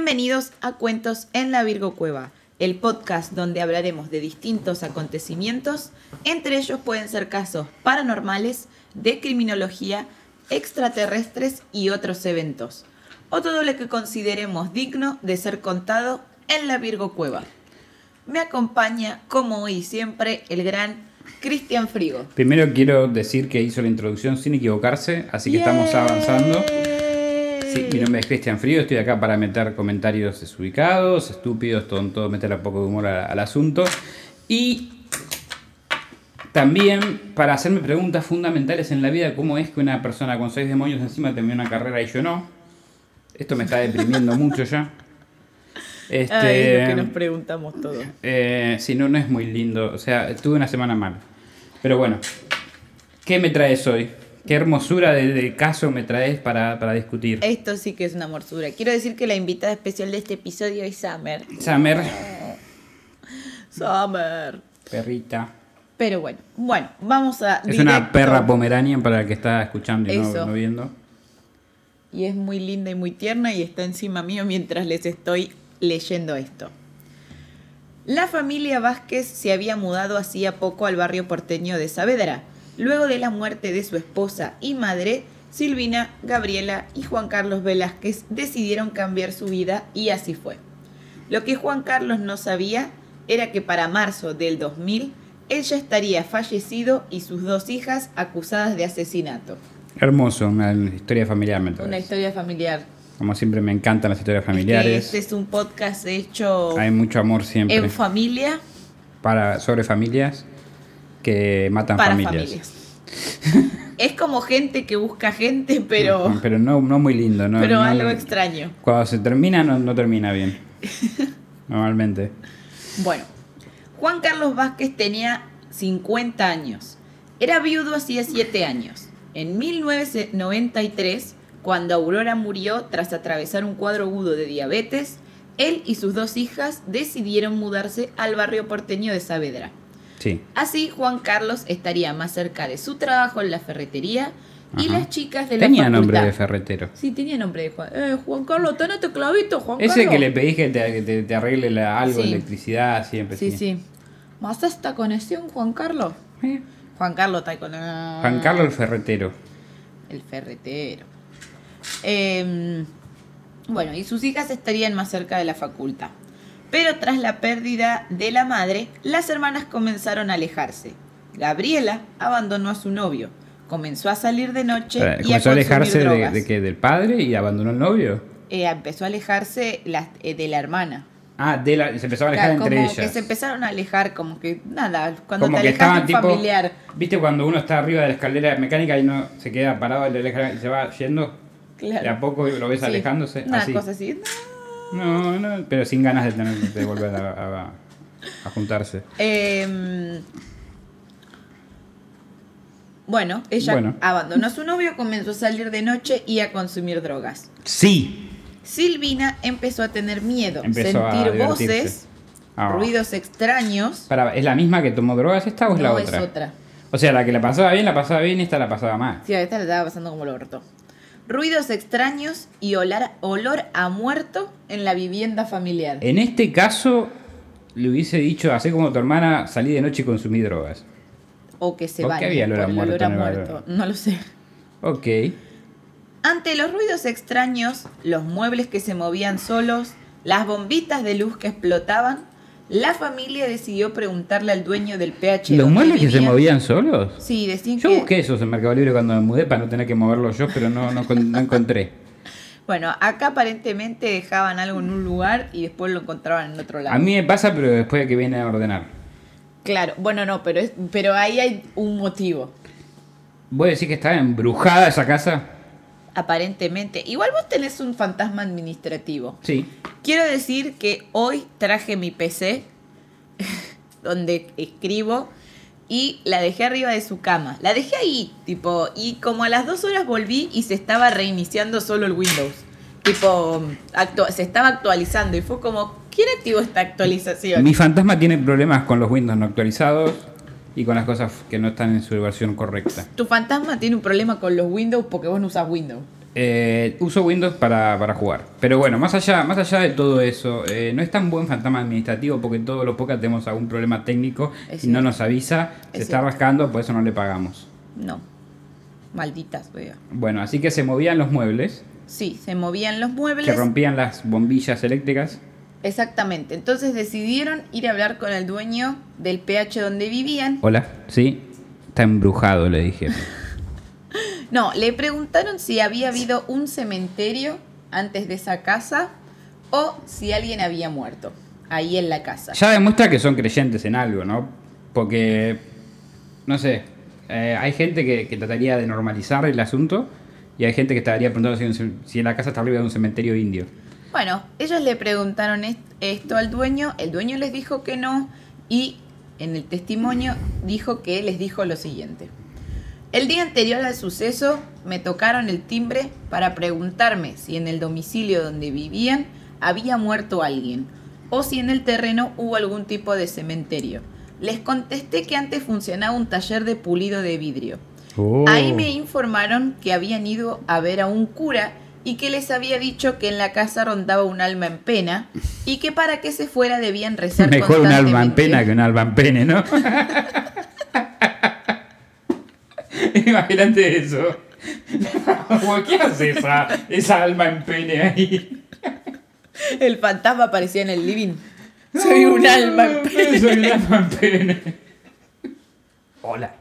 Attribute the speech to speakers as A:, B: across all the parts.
A: Bienvenidos a Cuentos en la Virgo Cueva, el podcast donde hablaremos de distintos acontecimientos, entre ellos pueden ser casos paranormales, de criminología, extraterrestres y otros eventos, o todo lo que consideremos digno de ser contado en la Virgo Cueva. Me acompaña, como hoy y siempre, el gran Cristian Frigo.
B: Primero quiero decir que hizo la introducción sin equivocarse, así que estamos avanzando. Sí, mi nombre es Cristian Frío, estoy acá para meter comentarios desubicados, estúpidos, tontos, meter un poco de humor a- al asunto. Y también para hacerme preguntas fundamentales en la vida, cómo es que una persona con seis demonios encima terminó una carrera y yo no. Esto me está deprimiendo mucho ya. Este,
A: Ay, lo que nos preguntamos todos.
B: eh, sí, no, no es muy lindo. O sea, tuve una semana mal. Pero bueno, ¿qué me traes hoy? ¿Qué hermosura de, de caso me traes para, para discutir?
A: Esto sí que es una morsura. Quiero decir que la invitada especial de este episodio es Summer.
B: Summer,
A: Summer.
B: perrita.
A: Pero bueno, bueno, vamos a.
B: Es una
A: directo.
B: perra pomerania para el que está escuchando y
A: Eso.
B: no, no viendo.
A: Y es muy linda y muy tierna y está encima mío mientras les estoy leyendo esto. La familia Vázquez se había mudado hacía poco al barrio porteño de Saavedra, luego de la muerte de su esposa y madre, Silvina, Gabriela y Juan Carlos Velázquez decidieron cambiar su vida y así fue. Lo que Juan Carlos no sabía era que para marzo del 2000 ella estaría fallecido y sus dos hijas acusadas de asesinato.
B: Hermoso, una historia familiar me traes.
A: Una historia familiar
B: Como siempre me encantan las historias
A: que
B: familiares.
A: Este es un podcast hecho
B: Hay mucho amor siempre
A: en familia
B: para, sobre familias que matan
A: para
B: familias.
A: familias. es como gente que busca gente, pero,
B: Pero no, no muy lindo, ¿no?
A: pero
B: no-
A: algo extraño.
B: Cuando se termina, no, no termina bien. Normalmente.
A: Bueno, Juan Carlos Vázquez tenía 50 años. Era viudo hacía 7 años. En 1993, cuando Aurora murió tras atravesar un cuadro agudo de diabetes, él y sus dos hijas decidieron mudarse al barrio porteño de Saavedra.
B: Sí.
A: Así, Juan Carlos estaría más cerca de su trabajo en la ferretería y
B: Ajá.
A: las chicas de la
B: Tenía
A: facultad.
B: nombre de ferretero.
A: Sí, tenía nombre de Juan. Eh, Juan Carlos, tenés tu clavito, Juan
B: Ese
A: Carlos.
B: que le pedís que te, que te- te arregle la- algo,
A: Sí.
B: electricidad, siempre.
A: Sí, sí. ¿Más esta conexión, Juan Carlos?
B: Eh,
A: Juan Carlos está con... ah,
B: Juan Carlos el ferretero.
A: El ferretero. Eh, bueno, y sus hijas estarían más cerca de la facultad. Pero tras la pérdida de la madre, las hermanas comenzaron a alejarse. Gabriela abandonó a su novio, comenzó a salir de noche
B: Eh,
A: y
B: Comenzó a
A: consumir
B: alejarse de,
A: drogas.
B: de que del padre y abandonó el novio.
A: Eh, empezó a alejarse las- eh, de la hermana.
B: Ah, de la- se empezaba a alejar
A: Claro,
B: entre
A: como
B: ellas.
A: que se empezaron a alejar, como que nada, cuando
B: Como
A: te
B: que
A: alejas de
B: estaban
A: un
B: tipo.
A: familiar.
B: ¿Viste cuando uno está arriba de la escalera mecánica y no se queda parado en la escalera y se va yendo?
A: Claro.
B: De a poco lo ves
A: Sí,
B: alejándose.
A: Una
B: así.
A: cosa así.
B: No, no, pero sin ganas de tener de volver a, a- a juntarse.
A: Eh, bueno, ella
B: Bueno.
A: abandonó a su novio, comenzó a salir de noche y a consumir drogas.
B: Sí.
A: Silvina empezó a tener miedo,
B: Empezó a
A: sentir
B: divertirse.
A: voces, ruidos extraños.
B: Ah, Para, ¿Es la misma que tomó drogas esta o es la
A: no
B: otra?
A: es otra.
B: O sea, la que la pasaba bien, la pasaba bien y esta la pasaba mal.
A: Sí, a esta le estaba pasando como el orto. Ruidos extraños y olar- olor a muerto en la vivienda familiar.
B: En este caso, le hubiese dicho, así como tu hermana, salí de noche y consumí drogas.
A: o que se
B: ¿por
A: bañe
B: qué había olor a
A: por el
B: muerto
A: olor a
B: en el
A: muerto.
B: barrio?
A: No lo sé.
B: Ok.
A: Ante los ruidos extraños, los muebles que se movían solos, las bombitas de luz que explotaban, la familia decidió preguntarle al dueño del PH.
B: ¿Los
A: donde
B: muebles que se
A: vivían.
B: movían solos?
A: Sí, decían
B: Yo
A: que.
B: busqué esos en Mercado Libre cuando me mudé para no tener que moverlos yo, pero no, no, con- no encontré.
A: Bueno, acá aparentemente dejaban algo en un lugar y después lo encontraban en otro lado.
B: A mí me pasa, pero después de que viene a ordenar.
A: Claro, bueno, no, pero, es, pero ahí hay un motivo.
B: ¿Voy a decir que está embrujada esa casa?
A: Aparentemente. Igual vos tenés un fantasma administrativo.
B: Sí.
A: Quiero decir que hoy traje mi PC donde escribo y la dejé arriba de su cama. La dejé ahí, tipo, y como a las dos horas volví y se estaba reiniciando solo el Windows. Tipo, actua- se estaba actualizando y fue como, ¿quién activó esta actualización?
B: Mi fantasma tiene problemas con los Windows no actualizados y con las cosas que no están en su versión correcta.
A: Tu fantasma tiene un problema con los Windows porque vos no usas Windows.
B: Eh, uso Windows para, para jugar. Pero bueno, más allá, más allá de todo eso, eh, no es tan buen fantasma administrativo porque todos los pocas tenemos algún problema técnico
A: Es
B: y no
A: cierto.
B: nos avisa, se
A: Es
B: está
A: cierto.
B: rascando, por eso no le pagamos.
A: No. Malditas, veo.
B: Bueno, así que se movían los muebles,
A: Sí, se movían los
B: se
A: muebles.
B: rompían las bombillas eléctricas.
A: Exactamente. Entonces decidieron ir a hablar con el dueño del PH donde vivían.
B: Hola, sí, está embrujado, le dije.
A: No, le preguntaron si había habido un cementerio antes de esa casa o si alguien había muerto ahí en la casa.
B: Ya demuestra que son creyentes en algo, ¿no? Porque, no sé, eh, hay gente que, que trataría de normalizar el asunto y hay gente que estaría preguntando si, un ce- si la casa está arriba de un cementerio indio.
A: Bueno, ellos le preguntaron est- esto al dueño, el dueño les dijo que no y en el testimonio dijo que les dijo lo siguiente. El día anterior al suceso me tocaron el timbre para preguntarme si en el domicilio donde vivían había muerto alguien o si en el terreno hubo algún tipo de cementerio. Les contesté que antes funcionaba un taller de pulido de vidrio. Ahí
B: Oh.
A: me informaron que habían ido a ver a un cura y que les había dicho que en la casa rondaba un alma en pena y que para que se fuera debían rezar
B: Mejor un alma en
A: constantemente.
B: pena que un alma en pene, ¿no? Imagínate eso. Como, ¿Qué hace esa, esa alma en pene ahí?
A: El fantasma aparecía en el living. Soy un alma en pena.
B: Soy un alma en pene. Hola.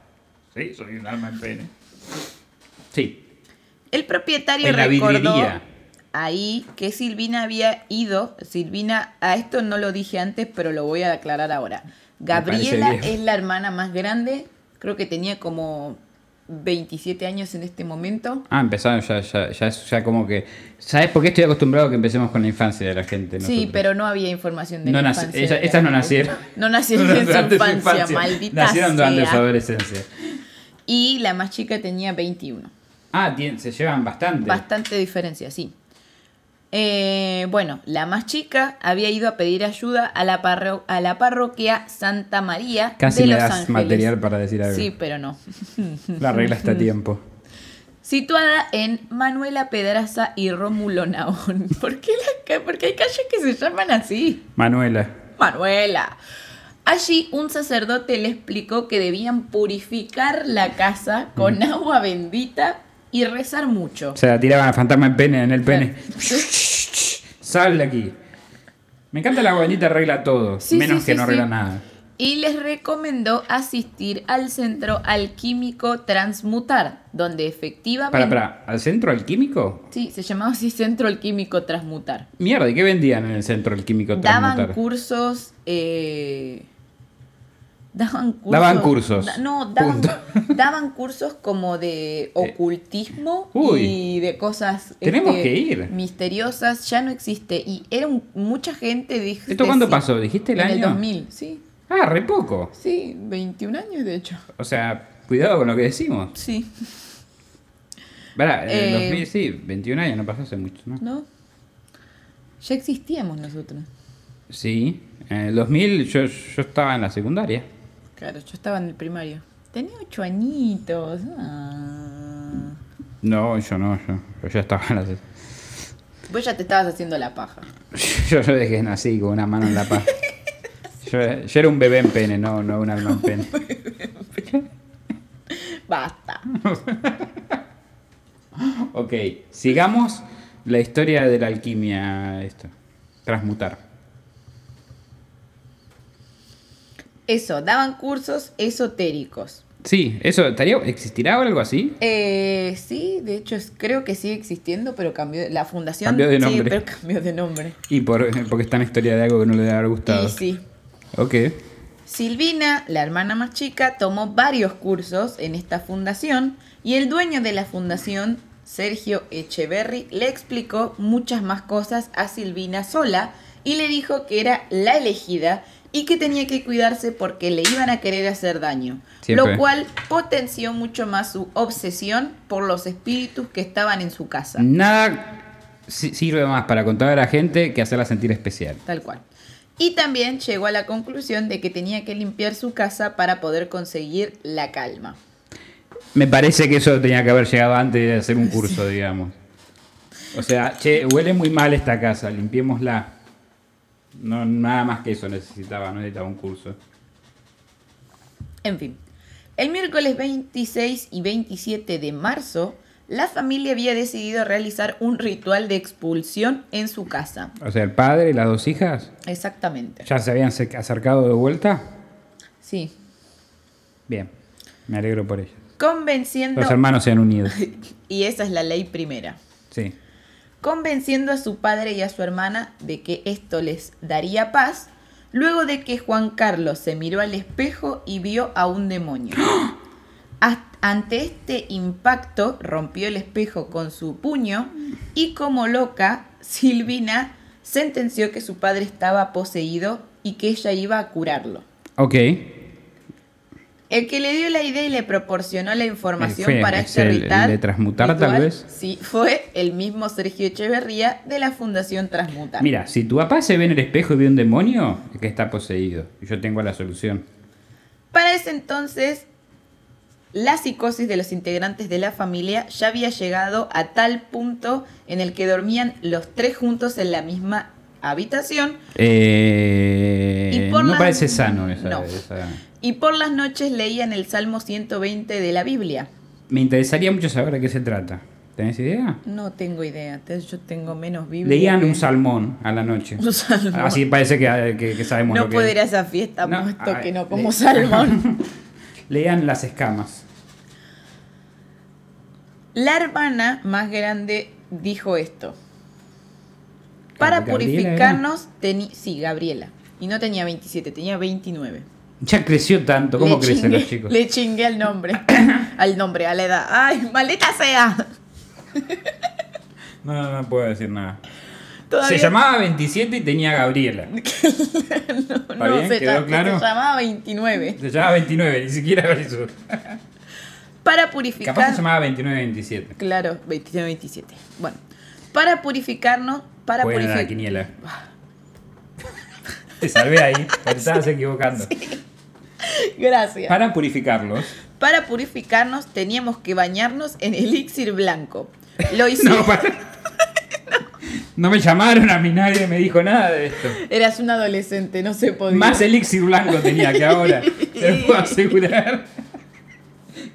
B: Sí, soy un alma en pene. Sí.
A: El propietario
B: En la
A: recordó
B: vidriería.
A: ahí que Silvina había ido. Silvina, a esto no lo dije antes, pero lo voy a aclarar ahora. Gabriela
B: parece bien.
A: es la hermana más grande. Creo que tenía como 27 años en este momento.
B: Ah, empezaron ya, ya, ya, es- ya como que... ¿Sabes por qué estoy acostumbrado a que empecemos con la infancia de la gente?
A: Sí,
B: nosotros?
A: pero no había información de
B: No
A: la
B: nace-
A: infancia.
B: ella-
A: de la
B: estas no
A: época.
B: nacieron.
A: No nacieron en su
B: Durante
A: infancia, maldita
B: Nacieron
A: sea.
B: durante su adolescencia.
A: Y la más chica tenía 21.
B: Ah, tien- se llevan bastante.
A: Bastante diferencia, sí. Eh, bueno, la más chica había ido a pedir ayuda a la, parro- a la parroquia Santa María
B: Casi
A: de
B: me
A: Los
B: das
A: Ángeles.
B: material para decir algo.
A: Sí, pero no.
B: La regla está a tiempo.
A: Situada en Manuela Pedraza y Rómulo Naón. ¿Por qué, la ca- por qué hay calles que se llaman así?
B: Manuela.
A: Manuela. Allí un sacerdote le explicó que debían purificar la casa con agua bendita y rezar mucho.
B: O sea, tiraban al fantasma en pene, en el pene. Sal de aquí. Me encanta la guayanita arregla todo.
A: Sí,
B: menos
A: sí,
B: que
A: sí,
B: no arregla
A: sí.
B: nada.
A: Y les recomendó asistir al centro alquímico transmutar, donde efectivamente...
B: Para, para, ¿al centro alquímico?
A: Sí, se llamaba así centro alquímico transmutar.
B: Mierda, ¿y qué vendían en el centro alquímico
A: Daban
B: transmutar?
A: cursos... eh, Daban cursos.
B: Daban cursos.
A: Da- no, daban,
B: Punto. Eh,
A: daban cursos como de ocultismo
B: uy.
A: y de cosas este,
B: Tenemos que ir.
A: misteriosas. Ya no existe. Y era un- mucha gente. Dije,
B: ¿Esto cuándo
A: sí,
B: pasó? ¿Dijiste el
A: en el
B: año?
A: 2000, sí.
B: Ah, re poco.
A: Sí, 21 años de hecho.
B: O sea, cuidado con lo que decimos.
A: Sí.
B: Pará, en el
A: Eh,
B: 2000, sí, 21 años, no pasó hace mucho, ¿no?
A: ¿No? Ya existíamos nosotros.
B: Sí, en el 2000 yo, yo estaba en la secundaria.
A: Claro, yo estaba en el primario. Tenía ocho añitos. Ah.
B: No, yo no, yo, yo ya estaba en la secundaria.
A: Vos ya te estabas haciendo la paja.
B: Yo, yo dejé nací con una mano en la paz. Yo, yo era un bebé en pene, no, no un alma en pene.
A: Basta.
B: Ok, sigamos la historia de la alquimia, esto. Transmutar.
A: Eso, daban cursos esotéricos.
B: Sí, eso, ¿estaría, ¿existirá algo así?
A: Eh, sí, de hecho es- creo que sigue existiendo, pero cambió la fundación.
B: Cambió de
A: sí,
B: nombre.
A: pero cambió de nombre.
B: Y por, porque está en la historia de algo que no le debe haber gustado.
A: Y sí.
B: Ok.
A: Silvina, la hermana más chica, tomó varios cursos en esta fundación y el dueño de la fundación, Sergio Echeverry, le explicó muchas más cosas a Silvina sola y le dijo que era la elegida y que tenía que cuidarse porque le iban a querer hacer daño,
B: Siempre.
A: lo cual potenció mucho más su obsesión por los espíritus que estaban en su casa.
B: Nada si- sirve más para contar a la gente que hacerla sentir especial.
A: Tal cual. Y también llegó a la conclusión de que tenía que limpiar su casa para poder conseguir la calma.
B: Me parece que eso tenía que haber llegado antes de hacer un curso, digamos. O sea, che, huele muy mal esta casa, limpiémosla. No, nada más que eso necesitaba, no necesitaba un curso.
A: En fin, el miércoles 26 y 27 de marzo, la familia había decidido realizar un ritual de expulsión en su casa.
B: O sea, el padre y las dos hijas
A: Exactamente.
B: ya se habían acer- acercado de vuelta.
A: Sí.
B: Bien, me alegro por ellas.
A: Convenciendo...
B: Los hermanos se han unido.
A: Y esa es la ley primera.
B: Sí.
A: convenciendo a su padre y a su hermana de que esto les daría paz, luego de que Juan Carlos se miró al espejo y vio a un demonio. As- Ante este impacto, rompió el espejo con su puño y como loca, Silvina sentenció que su padre estaba poseído y que ella iba a curarlo.
B: Ok.
A: El que le dio la idea y le proporcionó la información
B: Fue,
A: para
B: es
A: este
B: el- el
A: ritual,
B: de transmutar, tal
A: ritual,
B: vez.
A: Sí, fue el mismo Sergio Echeverría de la Fundación Transmutar.
B: Mira, si tu papá se ve en el espejo y ve un demonio, es que está poseído. Y Yo tengo la solución.
A: Para ese entonces, la psicosis de los integrantes de la familia ya había llegado a tal punto en el que dormían los tres juntos en la misma habitación
B: Eh,
A: Y
B: no
A: por las-
B: parece sano esa,
A: No.
B: esa-
A: y por las noches leían el Salmo 120 de la Biblia.
B: Me interesaría mucho saber de qué se trata. ¿Tenés idea?
A: No tengo idea, te- yo tengo menos Biblia.
B: Leían
A: que-
B: un salmón a la noche.
A: Un salmón.
B: Así parece que, que- que sabemos
A: No
B: lo que
A: puedo ir a esa fiesta,
B: No,
A: puesto
B: ay,
A: que no
B: le-
A: como salmón.
B: Lean las escamas.
A: La hermana más grande dijo esto. Para
B: Ah, Gabriela era.
A: purificarnos, teni- sí, Gabriela. Y no tenía 27, tenía 29.
B: Ya creció tanto. ¿Cómo
A: Le
B: crecen
A: chingué-
B: los chicos?
A: Le chingué el nombre. al nombre, a la edad. ¡Ay, maldita sea!
B: No, no, no puedo decir nada.
A: Todavía
B: Se llamaba 27 y tenía Gabriela.
A: no
B: bien?
A: se,
B: ¿Quedó
A: llama-
B: claro?
A: se llamaba 29.
B: Se llamaba 29, ni siquiera eso.
A: Para
B: Capaz
A: purificar.
B: se llamaba 29-27.
A: Claro, 29, 27. Bueno, para purificarnos, para
B: Bueno, la
A: purificar.
B: quiniela. Te salvé ahí, pero te estabas equivocando.
A: Gracias.
B: Para purificarlos.
A: Para purificarnos teníamos que bañarnos en elixir blanco. Lo hicimos.
B: No, para- No me llamaron a mí, nadie me dijo nada de esto.
A: Eras un adolescente, no se podía.
B: Más elixir blanco tenía que ahora, te lo puedo asegurar.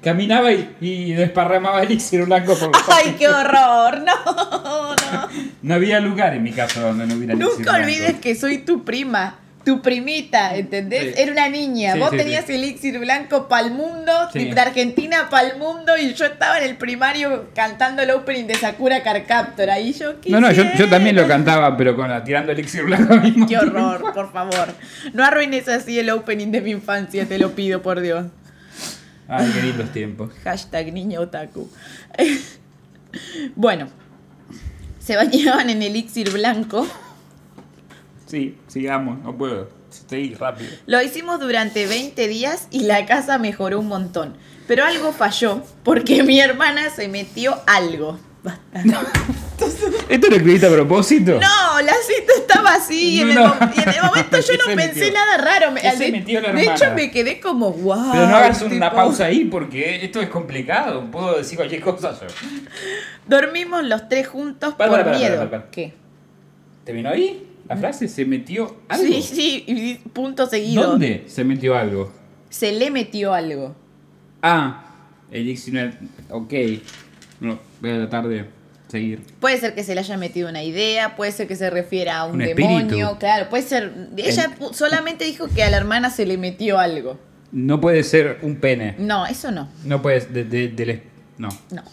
B: Caminaba y, y desparramaba elixir blanco por los
A: ¡Ay, qué horror! No, no.
B: No había lugar en mi casa donde no hubiera elixir
A: Nunca
B: blanco.
A: olvides que soy tu prima, tu primita, ¿entendés?
B: Sí.
A: Era una niña.
B: Sí,
A: Vos
B: sí,
A: tenías
B: sí.
A: elixir blanco pa'l mundo,
B: Sí.
A: de Argentina pa'l mundo, y yo estaba en el primario cantando el opening de Sakura Carcaptor. Ahí yo
B: No, no, yo, yo también lo
A: quisiera-
B: cantaba, pero con la, tirando elixir blanco al mismo.
A: Qué
B: tiempo.
A: horror, por favor. No arruines así el opening de mi infancia, te lo pido, por Dios.
B: Ay, qué lindos tiempos.
A: Hashtag niña otaku. bueno, se bañaban en elixir blanco.
B: Sí, sigamos, no puedo. Estoy rápido.
A: Lo hicimos durante 20 días y la casa mejoró un montón. Pero algo falló porque mi hermana se metió algo.
B: ¿Esto lo escribiste a propósito?
A: No, la cita estaba así. y En,
B: No.
A: el, mom- y en el momento yo
B: ¿Qué
A: no
B: se
A: pensé
B: metió?
A: nada raro. Me-
B: ¿Qué se
A: de,
B: metió la
A: de hecho
B: hermana?
A: me quedé como, wow.
B: Pero no hagas una
A: tipo,
B: pausa ahí porque esto es complicado. Puedo decir cualquier cosa yo.
A: Dormimos los tres juntos
B: Para,
A: por
B: para, para,
A: miedo.
B: para, para.
A: ¿Qué?
B: ¿Terminó ahí? La frase se metió algo.
A: Mm. Sí, sí, y punto seguido.
B: ¿Dónde se metió algo?
A: Se le metió algo.
B: Ah, el diccionario. Ok. No, voy a tratar de seguir.
A: Puede ser que se le haya metido una idea, puede ser que se refiera a un,
B: Un espíritu.
A: demonio, claro, puede ser. Ella
B: El-
A: pu- solamente dijo que a la hermana se le metió algo.
B: No puede ser un pene.
A: No, eso no,
B: No puede de, de- del- No.
A: no.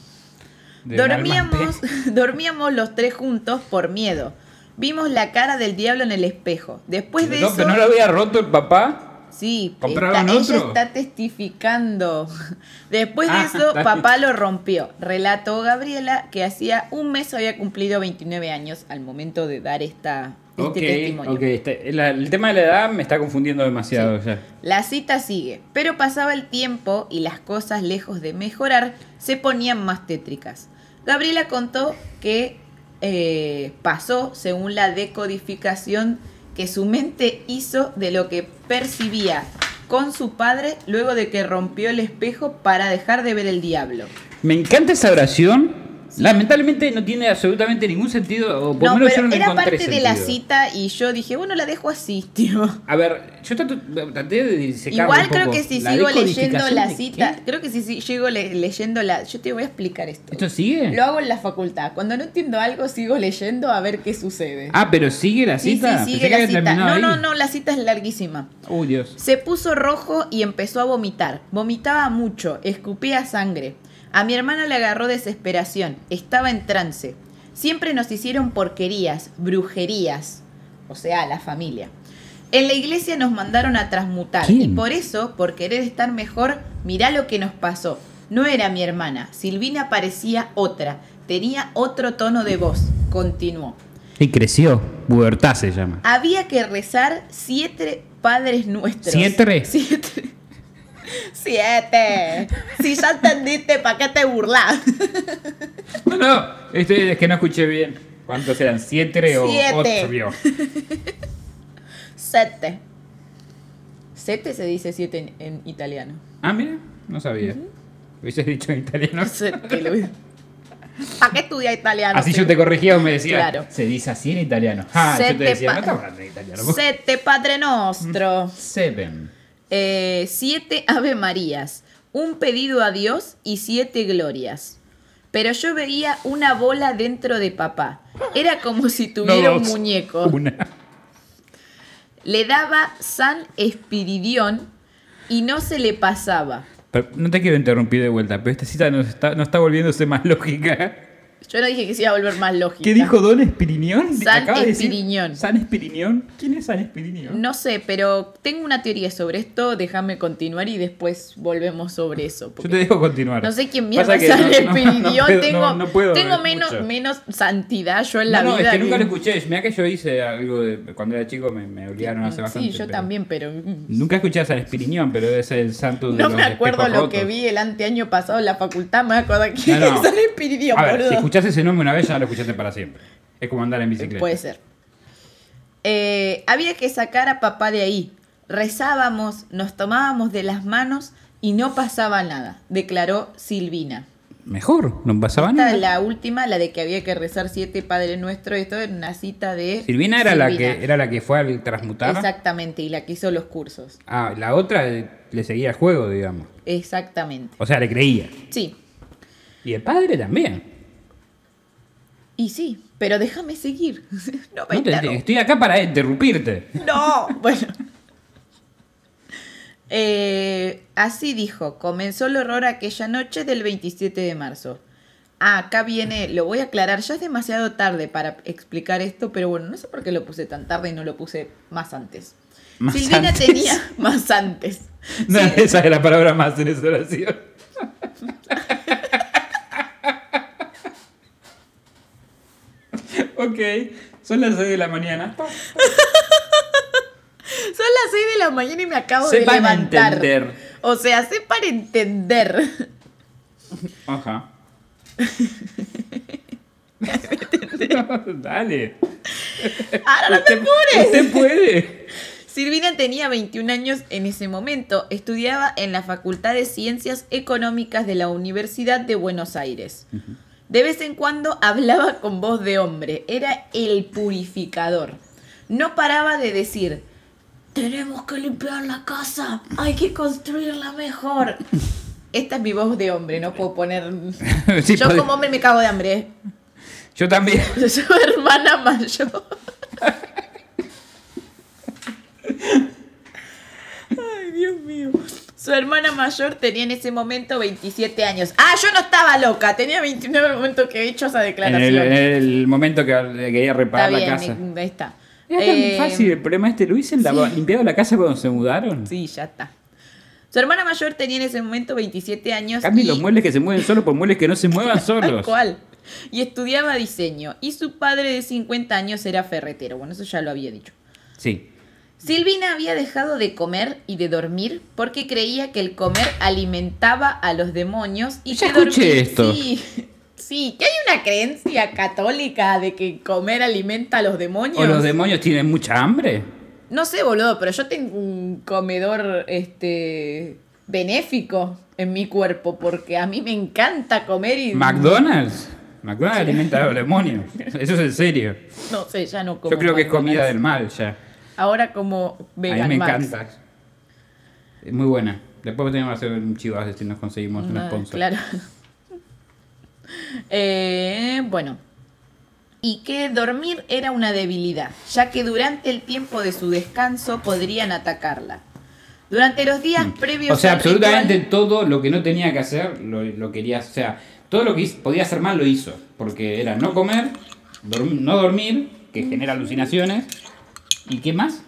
B: Del alma
A: Dormíamos,
B: pe-
A: dormíamos los tres juntos por miedo. Vimos la cara del diablo en el espejo. Después de
B: No,
A: eso.
B: pero no lo había roto el papá.
A: Sí, está,
B: ¿Compraron
A: ella
B: otro?
A: está testificando. Después de
B: Ah,
A: eso,
B: está
A: papá lo rompió. Relató Gabriela que hacía un mes había cumplido 29 años al momento de dar esta, este
B: ok,
A: testimonio.
B: ok. está- la- el tema de la edad me está confundiendo demasiado ya.
A: La cita sigue, pero pasaba el tiempo y las cosas, lejos de mejorar, se ponían más tétricas. Gabriela contó que eh, pasó según la decodificación que su mente hizo de lo que percibía con su padre luego de que rompió el espejo para dejar de ver el diablo.
B: Me encanta esa oración Lamentablemente no tiene absolutamente ningún sentido, o por
A: No,
B: lo menos yo
A: pero
B: no le
A: era
B: encontré
A: parte de la
B: sentido.
A: cita y yo dije, bueno, la dejo así, tío.
B: A ver, yo trato- traté de disecar
A: Igual creo que si sigo leyendo la cita,
B: cita.
A: creo que si si- sigo le- leyendo la... Yo te voy a explicar esto.
B: ¿Esto sigue?
A: Lo hago en la facultad. Cuando no entiendo algo, sigo leyendo a ver qué sucede.
B: Ah, pero sigue la
A: sí,
B: cita.
A: sí,
B: Pensé
A: sigue
B: que
A: la
B: había
A: cita.
B: terminado
A: No, no,
B: ahí.
A: no, la cita es larguísima.
B: Uy, Dios.
A: Se puso rojo y empezó a vomitar. Vomitaba mucho, escupía sangre. A mi hermana le agarró desesperación. Estaba en trance. Siempre nos hicieron porquerías, brujerías. O sea, la familia. En la iglesia nos mandaron a transmutar.
B: ¿Quién?
A: Y por eso, por querer estar mejor, mirá lo que nos pasó. No era mi hermana. Silvina parecía otra. Tenía otro tono de voz. Continuó.
B: Y creció. Pubertad se llama.
A: Había que rezar siete padres nuestros.
B: ¿Siete?
A: Siete. Siete. Si ya entendiste, ¿para qué te burlas?
B: No, no, este, es que no escuché bien. ¿Cuántos eran? ¿Siete o
A: Siete.
B: ocho?
A: Sete. Sete se dice siete en, en italiano.
B: Ah, mira, no sabía. Hubiese dicho en italiano.
A: Sete, Luis. ¿Para qué estudia italiano?
B: Así
A: Sí.
B: yo te corregía o me decías.
A: Claro.
B: Se dice así en italiano. Ah,
A: Se
B: yo
A: te
B: te decía,
A: pa-
B: no estás hablando en italiano. vos.
A: Sete Padre Nostro.
B: Seven.
A: Eh, siete Ave Marías, un pedido a Dios y siete glorias. Pero yo veía una bola dentro de papá. Era como si tuviera
B: No,
A: un
B: dos.
A: muñeco.
B: Una.
A: Le daba San Espiridión y no se le pasaba.
B: Pero no te quiero interrumpir de vuelta, pero esta cita no está, no está volviéndose más lógica.
A: Yo no dije que se iba a volver más lógica.
B: ¿Qué dijo Don Espiriñón?
A: San
B: Acaba de decir-
A: Espiriñón.
B: ¿San Espiriñón? ¿Quién es San Espiriñón?
A: No sé, pero tengo una teoría sobre esto. Déjame continuar y después volvemos sobre eso.
B: Yo
A: porque
B: te dejo continuar.
A: No sé quién mierda
B: Pasa
A: es
B: que
A: San
B: no- no- no
A: Espiridión.
B: puedo-
A: tengo
B: no- no puedo
A: tengo
B: ver
A: menos,
B: mucho.
A: menos santidad yo en la
B: no, no,
A: vida.
B: es que nunca
A: que-
B: lo escuché. Mirá que yo hice algo de- cuando era chico, me, me obligaron a hacer bastante.
A: Sí, yo
B: pero-
A: también, pero mm,
B: Nunca escuché a San Espiriñón, pero es el santo de
A: no
B: los
A: me acuerdo
B: espejos
A: lo que
B: rotos.
A: vi el anteaño pasado en la facultad. Me acuerdo que
B: No, no.
A: es el espiridio,
B: A ver, si
A: boludo.
B: escuchás ese nombre una vez, ya lo escuchaste para siempre. Es como andar en bicicleta.
A: Puede ser. Eh, había que sacar a papá de ahí. Rezábamos, nos tomábamos de las manos y no pasaba nada, declaró Silvina.
B: Mejor, Ah, no pasaba
A: Esta
B: nada.
A: es la última, la de que había que rezar siete Padre Nuestro. Esto era una cita de.
B: Silvina era la
A: Silvina.
B: que era la que fue al transmutar.
A: Exactamente, y la que hizo los cursos.
B: Ah, la otra eh, le seguía el juego, digamos.
A: Exactamente.
B: O sea, le creía.
A: Sí,
B: Y el padre también.
A: y sí, pero déjame seguir. No me
B: No te-
A: interrumpas.
B: estoy acá para interrumpirte.
A: No, bueno. Eh, así dijo, comenzó el horror aquella noche del 27 de marzo. Ah, acá viene, lo voy a aclarar, ya es demasiado tarde para explicar esto, pero bueno, no sé por qué lo puse tan tarde y no lo puse más antes.
B: Más
A: Silvina
B: antes.
A: tenía más antes.
B: No,
A: Sí,
B: Esa es la palabra más en esa oración. ok, son las 6 de la mañana.
A: son las 6 de la mañana y me acabo
B: Sepan
A: de levantar.
B: entender.
A: O sea, sé para entender.
B: Ajá. Dale.
A: Ahora no te apures.
B: Usted puede.
A: Silvina tenía 21 años en ese momento. Estudiaba en la Facultad de Ciencias Económicas de la Universidad de Buenos Aires. De vez en cuando hablaba con voz de hombre. Era el purificador. No paraba de decir, tenemos que limpiar la casa, hay que construirla mejor. Esta es mi voz de hombre, no puedo poner...
B: Sí,
A: Yo
B: puede.
A: como hombre me cago de hambre. ¿eh?
B: Yo también.
A: Yo soy Pues hermana mayor. Ay, Dios mío. Su hermana mayor tenía en ese momento 27 años. Ah, yo no estaba loca. Tenía 29 en el momento que he hecho esa
B: En
A: declaración.
B: el, en el momento que quería
A: está
B: reparar
A: bien,
B: la casa.
A: ahí está.
B: Era
A: Eh,
B: tan fácil el problema este. Lo hice en la, limpiado la casa cuando se mudaron.
A: Sí, ya está. Su hermana mayor tenía en ese momento 27 años.
B: Cambien
A: y-
B: los muebles que se mueven solo por muebles que no se muevan
A: Tal
B: solos.
A: cual. Y estudiaba diseño. Y su padre de 50 años era ferretero. Bueno, eso ya lo había dicho.
B: Sí.
A: Silvina había dejado de comer y de dormir porque creía que el comer alimentaba a los demonios y
B: Ya
A: que dormir-
B: escuché esto.
A: Sí, sí, que hay una creencia católica de que comer alimenta a los demonios.
B: ¿O los demonios tienen mucha hambre?
A: No sé, boludo, pero yo tengo un comedor este benéfico en mi cuerpo porque a mí me encanta comer y
B: ¿McDonald's? McDonald's alimenta a los demonios. Eso es en serio.
A: No sé, ya no como.
B: Yo creo que es comida
A: McDonald's.
B: del mal ya.
A: Ahora como vegan
B: a mí me
A: Max.
B: encanta. Es muy buena. Después tenemos que hacer un chivazo si nos conseguimos una
A: Ah,
B: sponsor.
A: Claro. Eh, bueno. Y que dormir era una debilidad, ya que durante el tiempo de su descanso podrían atacarla. Durante los días previos
B: Mm. O sea,
A: al ritual-
B: absolutamente todo lo que no tenía que hacer lo, lo quería. O sea, todo lo que hizo- podía hacer mal lo hizo. Porque era no comer, dorm- no dormir, que genera alucinaciones. ¿Y qué más?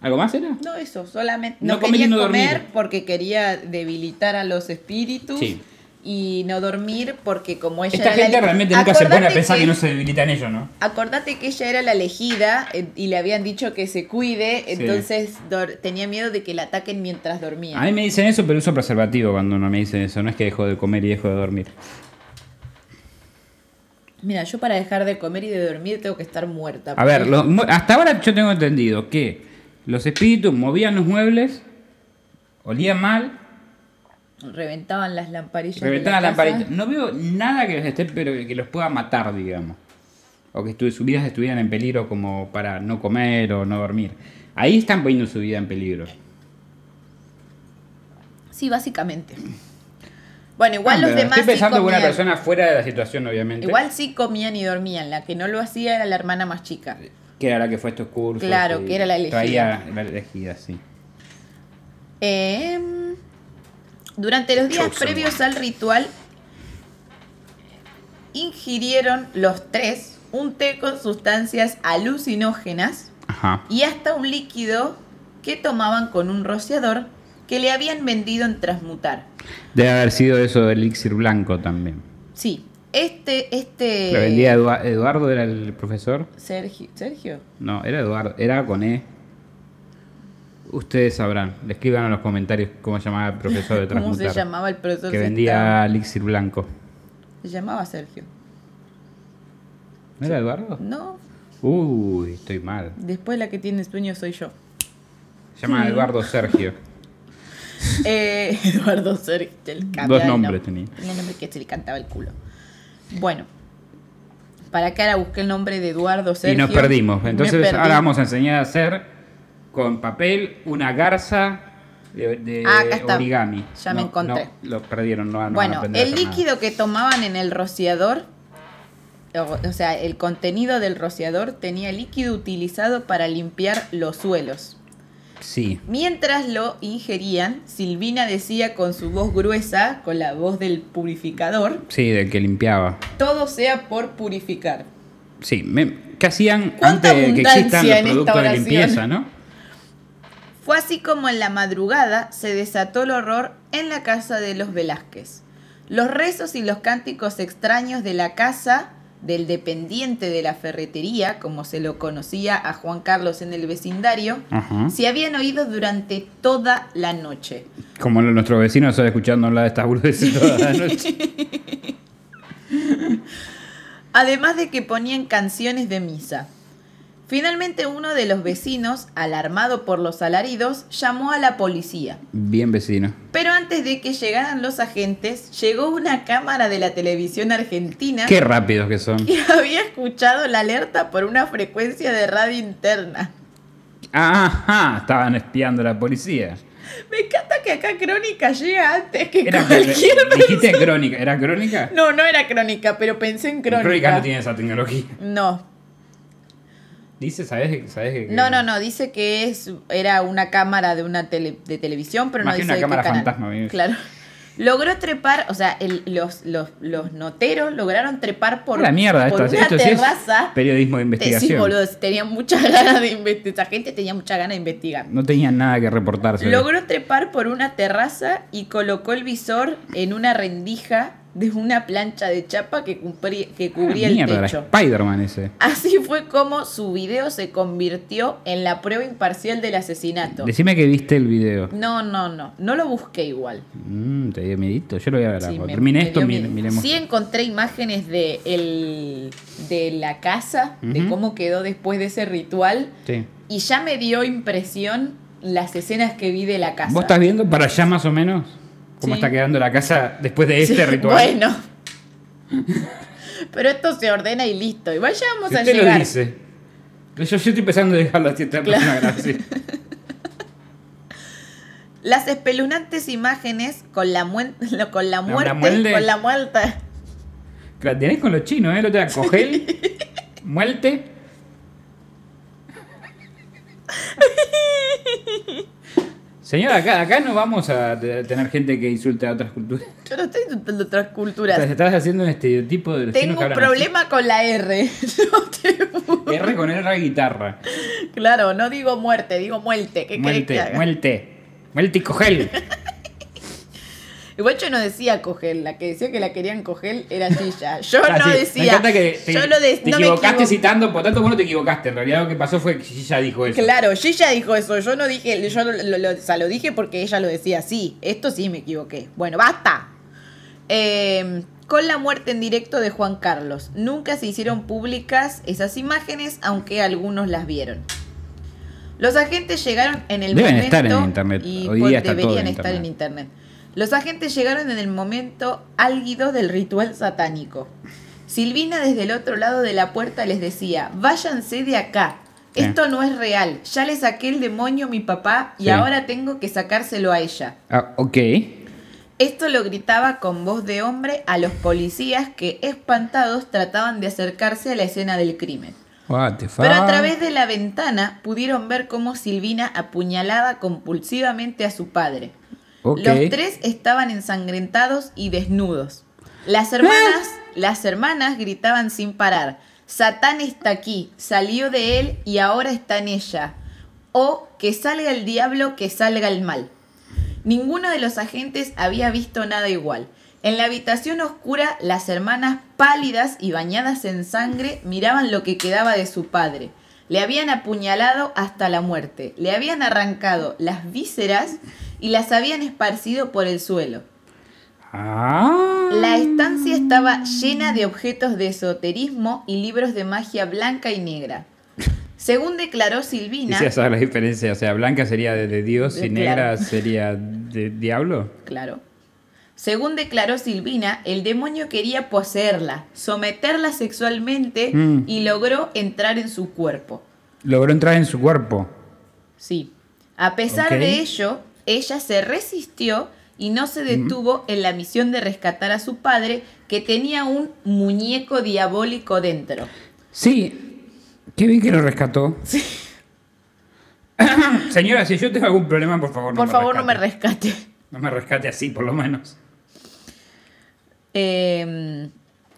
B: ¿Algo más era?
A: No, eso, solamente. No,
B: No comer y
A: quería
B: no dormir.
A: comer porque quería debilitar a los espíritus.
B: Sí.
A: Y no dormir porque como ella
B: Esta
A: era la
B: gente
A: ele-
B: realmente nunca se pone a
A: Acordate
B: pensar que... no se debilitan ellos, ¿no?
A: Acordate que ella era la elegida eh, y le habían dicho que se cuide, entonces dor- tenía miedo de que la ataquen mientras dormía.
B: A mí me dicen eso, pero uso preservativo cuando no me dicen eso. No es que dejo de comer y dejo de dormir.
A: Mira, yo para dejar de comer y de dormir tengo que estar muerta.
B: A ver,
A: porque-
B: lo- mu- hasta ahora yo tengo entendido que los espíritus movían los muebles, olían mal,
A: Reventaban las lamparillas. de
B: reventaban la
A: casa.
B: lamparita. No veo nada que los esté, pero que los pueda matar, digamos. O que estu- sus vidas estuvieran en peligro como para no comer o no dormir. Ahí están poniendo su vida en peligro.
A: Sí, básicamente. Bueno, igual
B: Ah,
A: los
B: pero
A: demás.
B: Estoy
A: sí
B: pensando en una
A: comían.
B: persona fuera de la situación, obviamente.
A: Igual sí comían y dormían. La que no lo hacía era la hermana más chica.
B: Que era la que fue a estos cursos.
A: Claro,
B: y
A: que era la elegida.
B: Traía la elegida, sí.
A: Em, durante los días
B: Chosen
A: previos al ritual, ingirieron los tres un té con sustancias alucinógenas
B: Ajá.
A: y hasta un líquido que tomaban con un rociador que le habían vendido en transmutar.
B: Debe haber sido eso del elixir blanco también.
A: Sí, este, este.
B: ¿Lo vendía Edua- Eduardo? ¿Era el profesor?
A: Sergio. Sergio.
B: No, era Eduardo. Era con E. Ustedes sabrán. Le escriban en los comentarios cómo se llamaba el profesor de
A: ¿Cómo
B: Transmutar.
A: se llamaba el profesor?
B: Que
A: Si
B: vendía
A: estaba-
B: elixir blanco.
A: Se llamaba Sergio.
B: ¿No era Eduardo?
A: No,
B: Uy, estoy mal.
A: después la que tiene sueño soy yo.
B: Se llama Eduardo Sergio.
A: Eh, Eduardo Sergio. el cambiaba
B: Dos
A: el
B: nombres
A: nombre.
B: tenía.
A: El nombre que se le cantaba el culo. Bueno, para que ahora busqué el nombre de Eduardo Sergio.
B: y nos perdimos.
A: Me
B: Entonces
A: perdí.
B: ahora vamos a enseñar a hacer con papel una garza de, de
A: Ah, acá está.
B: origami.
A: Ya me encontré.
B: no, lo perdieron. No, no van a
A: Bueno,
B: aprender a
A: el
B: hacer nada.
A: líquido que tomaban en el rociador, o, o sea, el contenido del rociador tenía líquido utilizado para limpiar los suelos.
B: Sí.
A: Mientras lo ingerían, Silvina decía con su voz gruesa, con la voz del purificador,
B: Sí, del que limpiaba.
A: todo sea por purificar.
B: Sí, me, ¿qué hacían
A: ¿Cuánta
B: antes de que existan
A: abundancia
B: los
A: en esta
B: productos de
A: oración?
B: limpieza, no?
A: Fue así como en la madrugada se desató el horror en la casa de los Velázquez. Los rezos y los cánticos extraños de la casa del dependiente de la ferretería, como se lo conocía a Juan Carlos en el vecindario,
B: Ajá.
A: se habían oído durante toda la noche.
B: Como lo- nuestro vecino está escuchando hablar de estas burbujas toda la noche.
A: Además de que ponían canciones de misa. Finalmente uno de los vecinos, alarmado por los alaridos, llamó a la policía.
B: Bien vecino.
A: Pero antes de que llegaran los agentes, llegó una cámara de la televisión argentina
B: Qué rápidos que son.
A: que había escuchado la alerta por una frecuencia de radio interna.
B: Ajá, estaban espiando a la policía.
A: Me encanta que acá Crónica llega antes que
B: Era
A: cualquier...
B: dijiste crónica, ¿era crónica?
A: No, no era Crónica, pero pensé en Crónica.
B: no tiene esa tecnología.
A: No,
B: Dice, ¿sabes que sabes que
A: no, no, no, dice que es, era una cámara de una tele- de televisión, pero
B: Imagino
A: no dice
B: una cámara
A: de qué canal.
B: fantasma, bien.
A: Claro. Logró trepar, o sea, el- los, los, los noteros lograron trepar por,
B: la mierda
A: por
B: esto,
A: una
B: esto sí es
A: terraza.
B: periodismo de
A: Te- Sí,
B: investigación.
A: boludo, tenía muchas ganas de investigar. Esa gente tenía muchas ganas de investigar.
B: no tenían nada que reportarse.
A: Logró trepar por una terraza y colocó el visor en una rendija de una plancha de chapa que, cumprí- que cubría el
B: Ah, Mierda, era
A: techo.
B: Spider-Man ese.
A: Así fue como su video se convirtió en la prueba imparcial del asesinato.
B: Decime que viste el video.
A: No, no, no. No lo busqué igual.
B: Mm, te dio miedito. Yo lo voy a ver.
A: Sí,
B: ahora.
A: me-
B: Terminé
A: me
B: esto,
A: dio
B: mi-
A: miedo.
B: miremos.
A: Sí encontré imágenes de, el, de la casa, de
B: Ujú.
A: cómo quedó después de ese ritual.
B: Sí.
A: Y ya me dio impresión las escenas que vi de la casa.
B: ¿Vos estás viendo para allá más o menos? ¿Cómo
A: Sí.
B: este está quedando la casa después de este
A: Sí,
B: ritual?
A: Bueno. Pero esto se ordena y listo. Y vayamos
B: Si
A: a
B: usted
A: llegar.
B: lo dice. Yo, yo estoy pensando en dejarlo así, esta
A: Claro.
B: persona, gracias.
A: Las espeluznantes imágenes con la, muen- lo- con la
B: La- la
A: muerte,
B: muelde.
A: con la muerta.
B: Que La tenés con los chinos, ¿eh? Lo te cogel, muerte. Señora, acá, acá no vamos a te- tener gente que insulte a otras culturas.
A: Yo no estoy insultando otras
B: O sea,
A: culturas.
B: estás haciendo un estereotipo de los chinos
A: Tengo
B: que
A: un
B: hablan así.
A: problema con la R. No te-
B: R con R de guitarra.
A: Claro, no digo muerte, digo muerte. ¿Qué querés que
B: Muerte,
A: haga?
B: muerte. Muerte y cogel.
A: Igual yo no decía coger, la que decía que la querían coger era Gilla. Yo
B: Ah,
A: no
B: sí,
A: decía.
B: Me encanta que te,
A: yo no, de-
B: te
A: no me
B: equivocaste
A: equivoco.
B: citando, por tanto vos no te equivocaste. En realidad lo que pasó fue que Gilla dijo eso.
A: Claro, Gilla dijo eso. Yo no dije, yo lo, lo- lo- o sea, lo dije porque ella lo decía así. Esto sí me equivoqué. Bueno, basta. Eh, con la muerte en directo de Juan Carlos, nunca se hicieron públicas esas imágenes, aunque algunos las vieron. Los agentes llegaron en el
B: Deben
A: momento
B: estar en internet.
A: y
B: Hoy día
A: pues,
B: está todo en
A: deberían estar en internet. Los agentes llegaron en el momento álgido del ritual satánico. Silvina desde el otro lado de la puerta les decía, váyanse de acá.
B: Sí.
A: Esto no es real. Ya le saqué el demonio a mi papá y
B: Sí.
A: ahora tengo que sacárselo a ella.
B: Ah, ok.
A: Esto lo gritaba con voz de hombre a los policías que, espantados, trataban de acercarse a la escena del crimen.
B: What the fuck.
A: Pero a través de la ventana pudieron ver cómo Silvina apuñalaba compulsivamente a su padre.
B: Ok.
A: Los tres estaban ensangrentados y desnudos. Las hermanas, las hermanas gritaban sin parar. Satán está aquí, salió de él y ahora está en ella. O que salga el diablo, que salga el mal. Ninguno de los agentes había visto nada igual. En la habitación oscura, las hermanas pálidas y bañadas en sangre miraban lo que quedaba de su padre. Le habían apuñalado hasta la muerte, le habían arrancado las vísceras y las habían esparcido por el suelo.
B: Ah.
A: La estancia estaba llena de objetos de esoterismo y libros de magia blanca y negra. Según declaró Silvina,
B: Quisiera saber la diferencia. O sea, blanca sería de, de Dios y
A: Claro.
B: negra sería de diablo.
A: Claro. Según declaró Silvina, el demonio quería poseerla, someterla sexualmente
B: Mm.
A: y logró entrar en su cuerpo.
B: Logró entrar en su cuerpo.
A: Sí. A pesar
B: Ok.
A: de ello, ella se resistió y no se
B: Mm.
A: detuvo en la misión de rescatar a su padre, que tenía un muñeco diabólico dentro.
B: Sí. Qué bien que lo rescató. Sí. Señora, si yo tengo algún problema, por favor, no
A: Por
B: me
A: favor, no me
B: rescate.
A: rescate.
B: No me rescate así, por lo menos.
A: Em,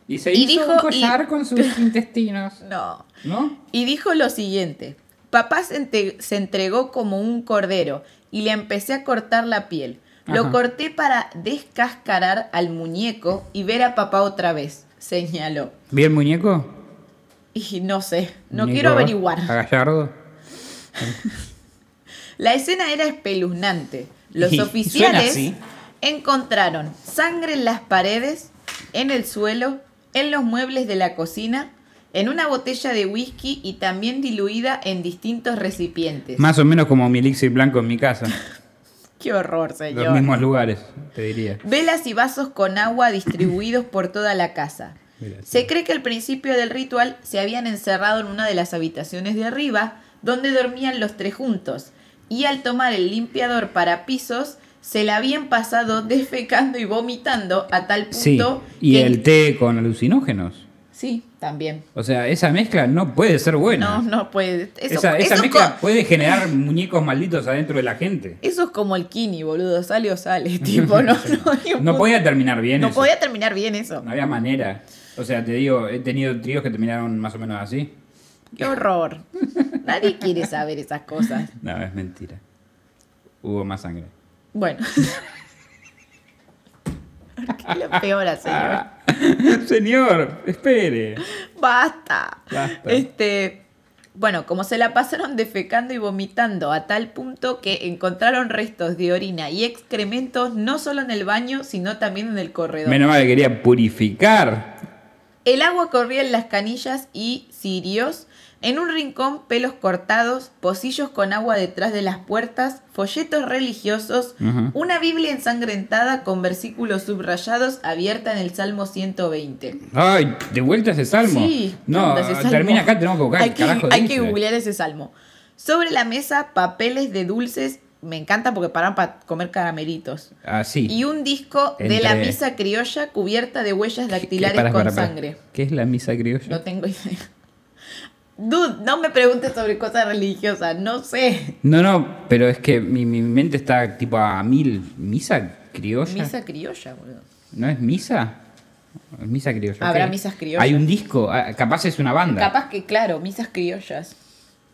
B: Y se
A: Y
B: hizo
A: dijo-
B: un collar
A: y-
B: con sus intestinos.
A: no.
B: ¿No?
A: Y dijo lo siguiente, papá se, ente- se entregó como un cordero y le empecé a cortar la piel. Lo
B: Ajá.
A: corté para descascarar al muñeco y ver a papá otra vez, señaló.
B: ¿Vi el muñeco?
A: Y no sé, no
B: Muñeco
A: quiero averiguar.
B: A Gallardo.
A: La escena era espeluznante. Los
B: Y suena
A: oficiales
B: así.
A: encontraron sangre en las paredes, en el suelo, en los muebles de la cocina, en una botella de whisky y también diluida en distintos recipientes.
B: Más o menos como mi elixir blanco en mi casa.
A: Qué horror,
B: Los
A: señor.
B: mismos lugares, te diría.
A: Velas y vasos con agua distribuidos por toda la casa.
B: Mira,
A: Se cree que al principio del ritual se habían encerrado en una de las habitaciones de arriba, donde dormían los tres juntos, y al tomar el limpiador para pisos, se la habían pasado defecando y vomitando a tal
B: Sí,
A: punto
B: y
A: que-
B: el té con alucinógenos.
A: Sí, también.
B: O sea, esa mezcla no puede ser buena.
A: No, no puede. Eso,
B: esa esa
A: eso es
B: mezcla
A: co-
B: puede generar muñecos malditos adentro de la gente.
A: eso es como el kini, boludo. Sale o sale, tipo. No, no, hay un
B: No
A: punto-
B: podía terminar bien.
A: no
B: eso.
A: podía terminar bien eso.
B: No había manera. O sea, te digo, he tenido tríos que terminaron más o menos así.
A: Qué horror. Nadie quiere saber esas cosas.
B: No, es mentira. Hubo más sangre.
A: Bueno. ¿Por qué lo peor, señor?
B: Señor, espere.
A: Basta.
B: Basta.
A: Este, bueno, como se la pasaron defecando y vomitando a tal punto que encontraron restos de orina y excrementos no solo en el baño, sino también en el corredor.
B: Menos mal que quería purificar.
A: El agua corría en las canillas y cirios En un rincón, pelos cortados, pocillos con agua detrás de las puertas, folletos religiosos,
B: Ujú.
A: una Biblia ensangrentada con versículos subrayados abierta en el Salmo 120.
B: Ay, de vuelta ese salmo.
A: Sí, ¿qué
B: no,
A: onda ese salmo?
B: termina acá, tenemos que buscar
A: Hay
B: el
A: que,
B: carajo de
A: hay que
B: dice.
A: googlear ese salmo. Sobre la mesa, papeles de dulces. Me encanta porque paran para comer caramelitos.
B: Ah, sí.
A: Y un disco de
B: Entre-
A: la misa criolla cubierta de huellas dactilares
B: Eh, Pará,
A: con
B: pará, pará.
A: sangre.
B: ¿Qué es la misa criolla?
A: No tengo idea. Dude, no me preguntes sobre cosas religiosas, no sé.
B: No, no, pero es que mi, mi mente está tipo a mil. ¿Misa criolla?
A: Misa criolla, boludo.
B: ¿No es misa? Es Misa criolla.
A: Habrá
B: ok.
A: misas criollas.
B: Hay un disco, ah, capaz es una banda.
A: Capaz que, claro, misas criollas.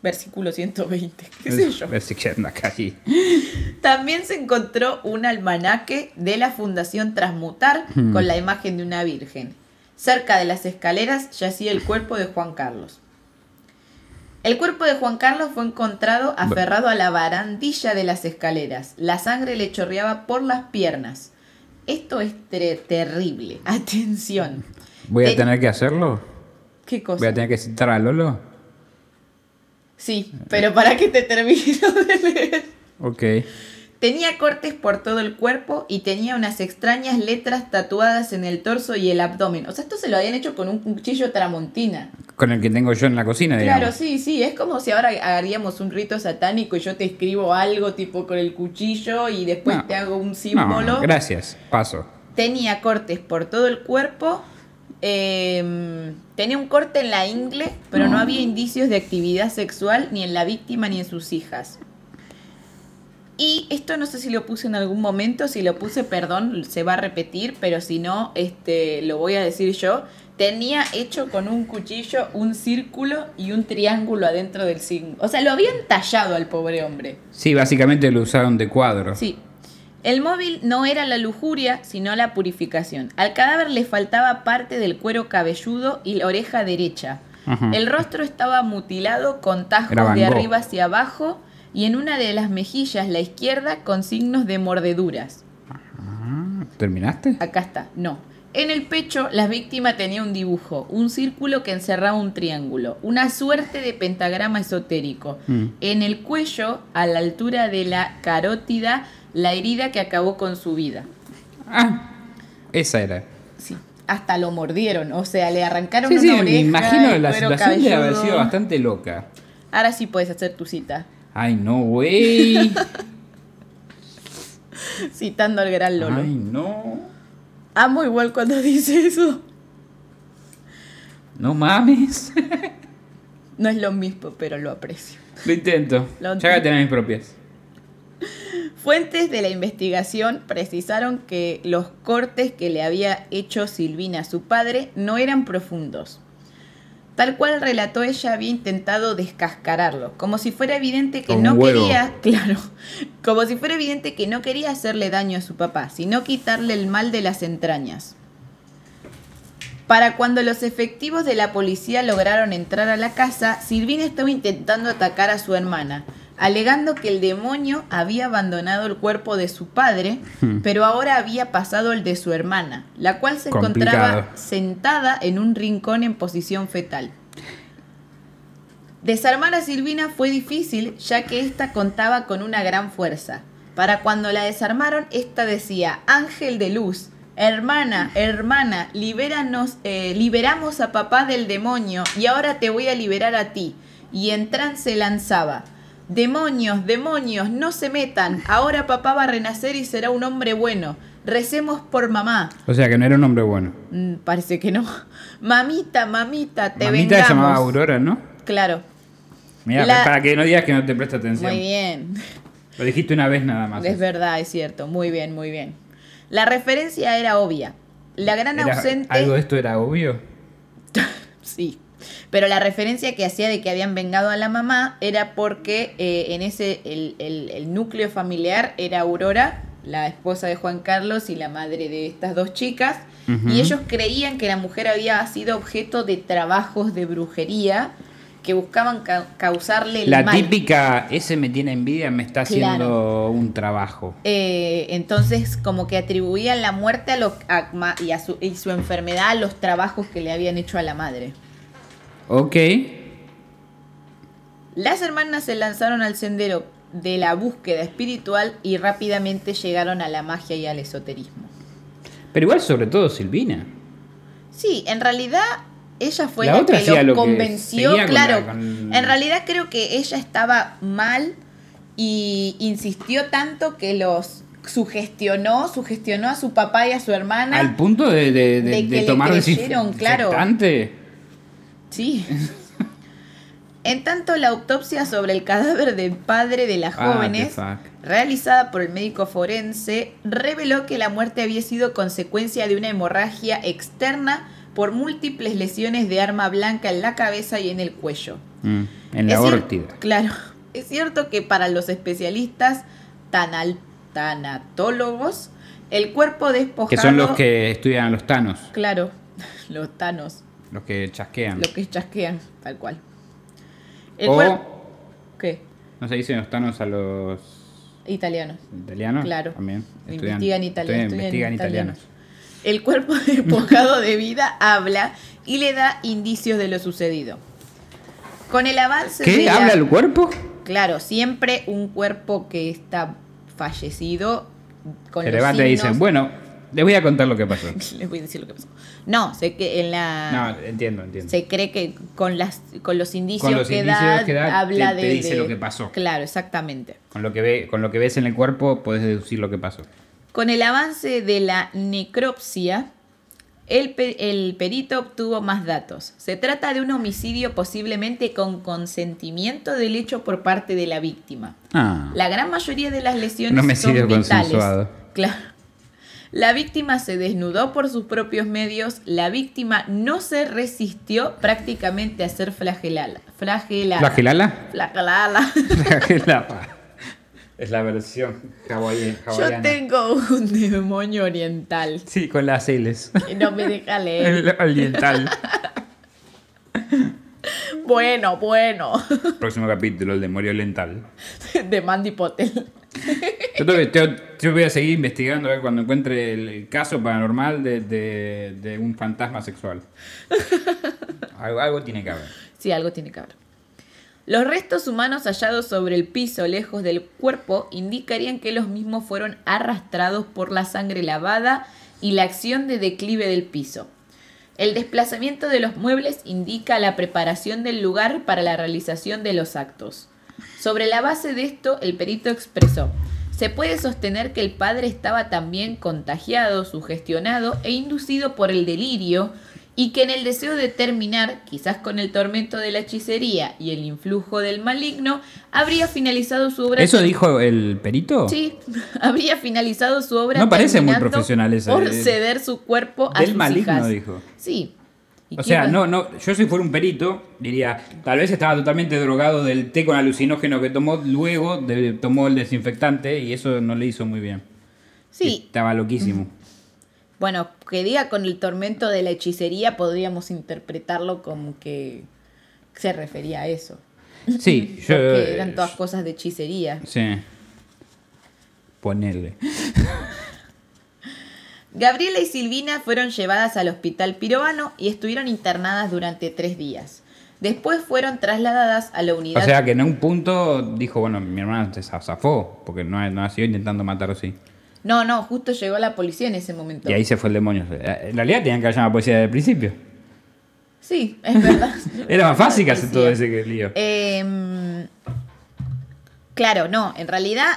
A: Versículo 120, qué sé
B: Es-
A: yo.
B: es que anda acá, sí.
A: También se encontró un almanaque de la Fundación Transmutar
B: Hmm.
A: con la imagen de una virgen. Cerca de las escaleras yacía el cuerpo de Juan Carlos. El cuerpo de Juan Carlos fue encontrado aferrado a la barandilla de las escaleras. La sangre le chorreaba por las piernas. Esto es tre- terrible. Atención.
B: ¿Voy a
A: Te-
B: tener que hacerlo?
A: ¿Qué
B: ¿Voy
A: cosa?
B: a tener que citar a Lolo?
A: Sí, pero para que te termino de leer.
B: Ok.
A: Tenía cortes por todo el cuerpo y tenía unas extrañas letras tatuadas en el torso y el abdomen. O sea, esto se lo habían hecho con un cuchillo tramontina.
B: Con el que tengo yo en la cocina, digamos.
A: Claro, sí, sí. Es como si ahora haríamos un rito satánico y yo te escribo algo tipo con el cuchillo y después
B: No.
A: te hago un
B: No,
A: símbolo.
B: gracias. Paso.
A: tenía cortes por todo el cuerpo. eh, tenía un corte en la ingle, pero no había indicios de actividad sexual ni en la víctima ni en sus hijas. Y esto no sé si lo puse en algún momento, si lo puse, perdón, se va a repetir, pero si no, este, lo voy a decir yo. Tenía hecho con un cuchillo un círculo y un triángulo adentro del signo. O sea, lo habían tallado al pobre hombre.
B: Sí, básicamente lo usaron de cuadro.
A: Sí. El móvil no era la lujuria, sino la purificación. Al cadáver le faltaba parte del cuero cabelludo y la oreja derecha.
B: Ajá.
A: El rostro estaba mutilado con tajos
B: Era Van
A: de
B: Gogh.
A: arriba hacia abajo y en una de las mejillas, la izquierda, con signos de mordeduras.
B: Ah, ¿Terminaste?
A: Acá está, no. En el pecho, la víctima tenía un dibujo, un círculo que encerraba un triángulo, una suerte de pentagrama esotérico.
B: Mm.
A: En el cuello, a la altura de la carótida, la herida que acabó con su vida.
B: Ah, esa era.
A: Sí. Hasta lo mordieron, o sea, le arrancaron
B: Sí,
A: una
B: sí,
A: oreja.
B: me imagino
A: el
B: la
A: cuero
B: situación debe haber
A: cabelludo.
B: sido bastante loca.
A: Ahora sí puedes hacer tu cita,
B: Ay, no, güey.
A: citando al gran Lolo.
B: Ay, no.
A: Amo igual cuando dice eso.
B: No mames.
A: No es lo mismo, pero lo aprecio.
B: Lo intento.
A: Lo-
B: Ya voy a tener mis propias.
A: Fuentes de la investigación precisaron que los cortes que le había hecho Silvina a su padre no eran profundos. Tal cual relató ella había intentado descascararlo, como si fuera evidente que
B: Con
A: no
B: un huevo.
A: quería, claro, como si fuera evidente que no quería hacerle daño a su papá, sino quitarle el mal de las entrañas. Para cuando los efectivos de la policía lograron entrar a la casa, Silvina estaba intentando atacar a su hermana, alegando que el demonio había abandonado el cuerpo de su padre, pero ahora había pasado el de su hermana, la cual se encontraba
B: Complicado.
A: sentada en un rincón en posición fetal. Desarmar a Silvina fue difícil, ya que ésta contaba con una gran fuerza. Para cuando la desarmaron, ésta decía, Ángel de luz, hermana, hermana, libéranos, eh, liberamos a papá del demonio y ahora te voy a liberar a ti. Y en trance lanzaba, demonios, demonios, no se metan, ahora papá va a renacer y será un hombre bueno. Recemos por mamá.
B: O sea que no era un hombre bueno.
A: Mm, parece que no. Mamita, mamita, te
B: Mamita
A: vengamos.
B: se llamaba Aurora, ¿no?
A: Claro.
B: Mira,
A: La-
B: para que no digas que no te presta atención.
A: Muy bien.
B: Lo dijiste una vez nada más.
A: Es verdad, es cierto. Muy bien, muy bien. La referencia era obvia. La gran
B: Era-
A: ausente.
B: Algo de esto era obvio.
A: Sí. Pero la referencia que hacía de que habían vengado a la mamá era porque eh, en ese el, el- el núcleo familiar era Aurora, la esposa de Juan Carlos y la madre de estas dos chicas.
B: Ujú.
A: Y ellos creían que la mujer había sido objeto de trabajos de brujería que buscaban ca- causarle el
B: La
A: mal.
B: típica, ese me tiene envidia, me está haciendo un trabajo.
A: Eh, entonces, como que atribuían la muerte a lo- a ma- y, a su, y su enfermedad a los trabajos que le habían hecho a la madre.
B: Ok.
A: Las hermanas se lanzaron al sendero de la búsqueda espiritual y rápidamente llegaron a la magia y al esoterismo.
B: Pero igual, sobre todo Silvina.
A: Sí, en realidad ella fue
B: La
A: la,
B: otra
A: que
B: hacía
A: lo,
B: lo que
A: convenció,
B: seguía con
A: claro.
B: la- con-
A: En realidad creo que ella estaba mal y insistió tanto que los sugestionó, sugestionó a su papá y a su hermana.
B: Al punto de, de, de-
A: De
B: de
A: que le
B: tomar desinf-
A: creyeron, claro.
B: desinfectante.
A: Sí. En tanto, la autopsia sobre el cadáver del padre de las
B: Ah,
A: jóvenes,
B: the fuck.
A: realizada por el médico forense, reveló que la muerte había sido consecuencia de una hemorragia externa por múltiples lesiones de arma blanca en la cabeza y en el cuello.
B: Mm, en la
A: Es cier-
B: órtida.
A: Claro. Es cierto que para los especialistas tanal- tanatólogos, el cuerpo despojado...
B: Que son los que estudian a los tanos,
A: Claro, los tanos,
B: los que chasquean.
A: los que chasquean, tal cual. El cuerpo...
B: o,
A: ¿Qué?
B: no se dicen los tanos a los
A: Italianos.
B: italianos.
A: Claro.
B: Ah, También.
A: Investigan italiano,
B: estudian-
A: estudian
B: investigan italianos.
A: El cuerpo despojado de vida habla y le da indicios de lo sucedido. Con el avance de
B: ¿Qué?
A: la-
B: ¿Habla el cuerpo?
A: Claro, siempre un cuerpo que está fallecido con
B: Se
A: los
B: levanta y dicen,
A: signos-
B: bueno, les voy a contar lo que pasó.
A: Les voy a decir lo que pasó. No, sé que en la
B: No, entiendo, entiendo.
A: se cree que con las con los indicios,
B: los
A: que,
B: indicios
A: da,
B: que da,
A: habla
B: te-
A: de
B: te dice
A: de-
B: lo que pasó.
A: Claro, exactamente.
B: Con lo que ve, con lo que ves en el cuerpo podés deducir lo que pasó.
A: Con el avance de la necropsia, el, pe- el perito obtuvo más datos. Se trata de un homicidio posiblemente con consentimiento del hecho por parte de la víctima.
B: Ah.
A: La gran mayoría de las lesiones
B: Un
A: son
B: homicidio
A: vitales.
B: consensuado.
A: Claro. La víctima se desnudó por sus propios medios. La víctima no se resistió prácticamente a ser flagelada. Flagelada.
B: ¿Flagelala?
A: Flagelada.
B: Flagelala. Es la versión hawaiana.
A: Yo tengo un demonio oriental
B: Sí, con las L's.
A: que no me deja leer.
B: El oriental.
A: Bueno, bueno.
B: Próximo capítulo, el demonio oriental.
A: De Mandy Potel.
B: Yo, tengo que- tengo- yo voy a seguir investigando a ver cuando encuentre el, el caso paranormal de, de- de un fantasma sexual. Algo, algo tiene que haber.
A: Sí, algo tiene que haber. Los restos humanos hallados sobre el piso lejos del cuerpo indicarían que los mismos fueron arrastrados por la sangre lavada y la acción de declive del piso. El desplazamiento de los muebles indica la preparación del lugar para la realización de los actos. Sobre la base de esto, el perito expresó, se puede sostener que el padre estaba también contagiado, sugestionado e inducido por el delirio y que en el deseo de terminar, quizás con el tormento de la hechicería y el influjo del maligno, habría finalizado su obra.
B: ¿Eso dijo el perito?
A: Sí, habría finalizado su obra.
B: No parece muy
A: terminando
B: profesional esa-
A: Por
B: eh,
A: ceder su cuerpo a
B: del
A: sus
B: maligno,
A: hijas.
B: dijo.
A: Sí. ¿Y
B: O
A: quién
B: sea,
A: va-
B: no, no, yo si fuera un perito, diría, tal vez estaba totalmente drogado del té con alucinógeno que tomó, luego de- tomó el desinfectante y eso no le hizo muy bien.
A: Sí.
B: Estaba loquísimo.
A: Bueno, que diga con el tormento de la hechicería, podríamos interpretarlo como que se refería a eso.
B: Sí, yo...
A: Porque eran todas cosas de hechicería.
B: Sí. Ponerle.
A: Gabriela y Silvina fueron llevadas al hospital pirobano y estuvieron internadas durante tres días. Después fueron trasladadas a la
B: O
A: unidad.
B: sea, que en un punto dijo, bueno, mi hermana se za- zafó, porque no ha, no ha sido intentando matar así.
A: No, no, justo llegó la policía en ese momento.
B: Y ahí se fue el demonio. En realidad tenían que llamar a la policía desde el principio.
A: Sí, es verdad.
B: Era más fácil que hacer todo
A: Policía. Eh,
B: ese que- lío.
A: Em, claro, no, en realidad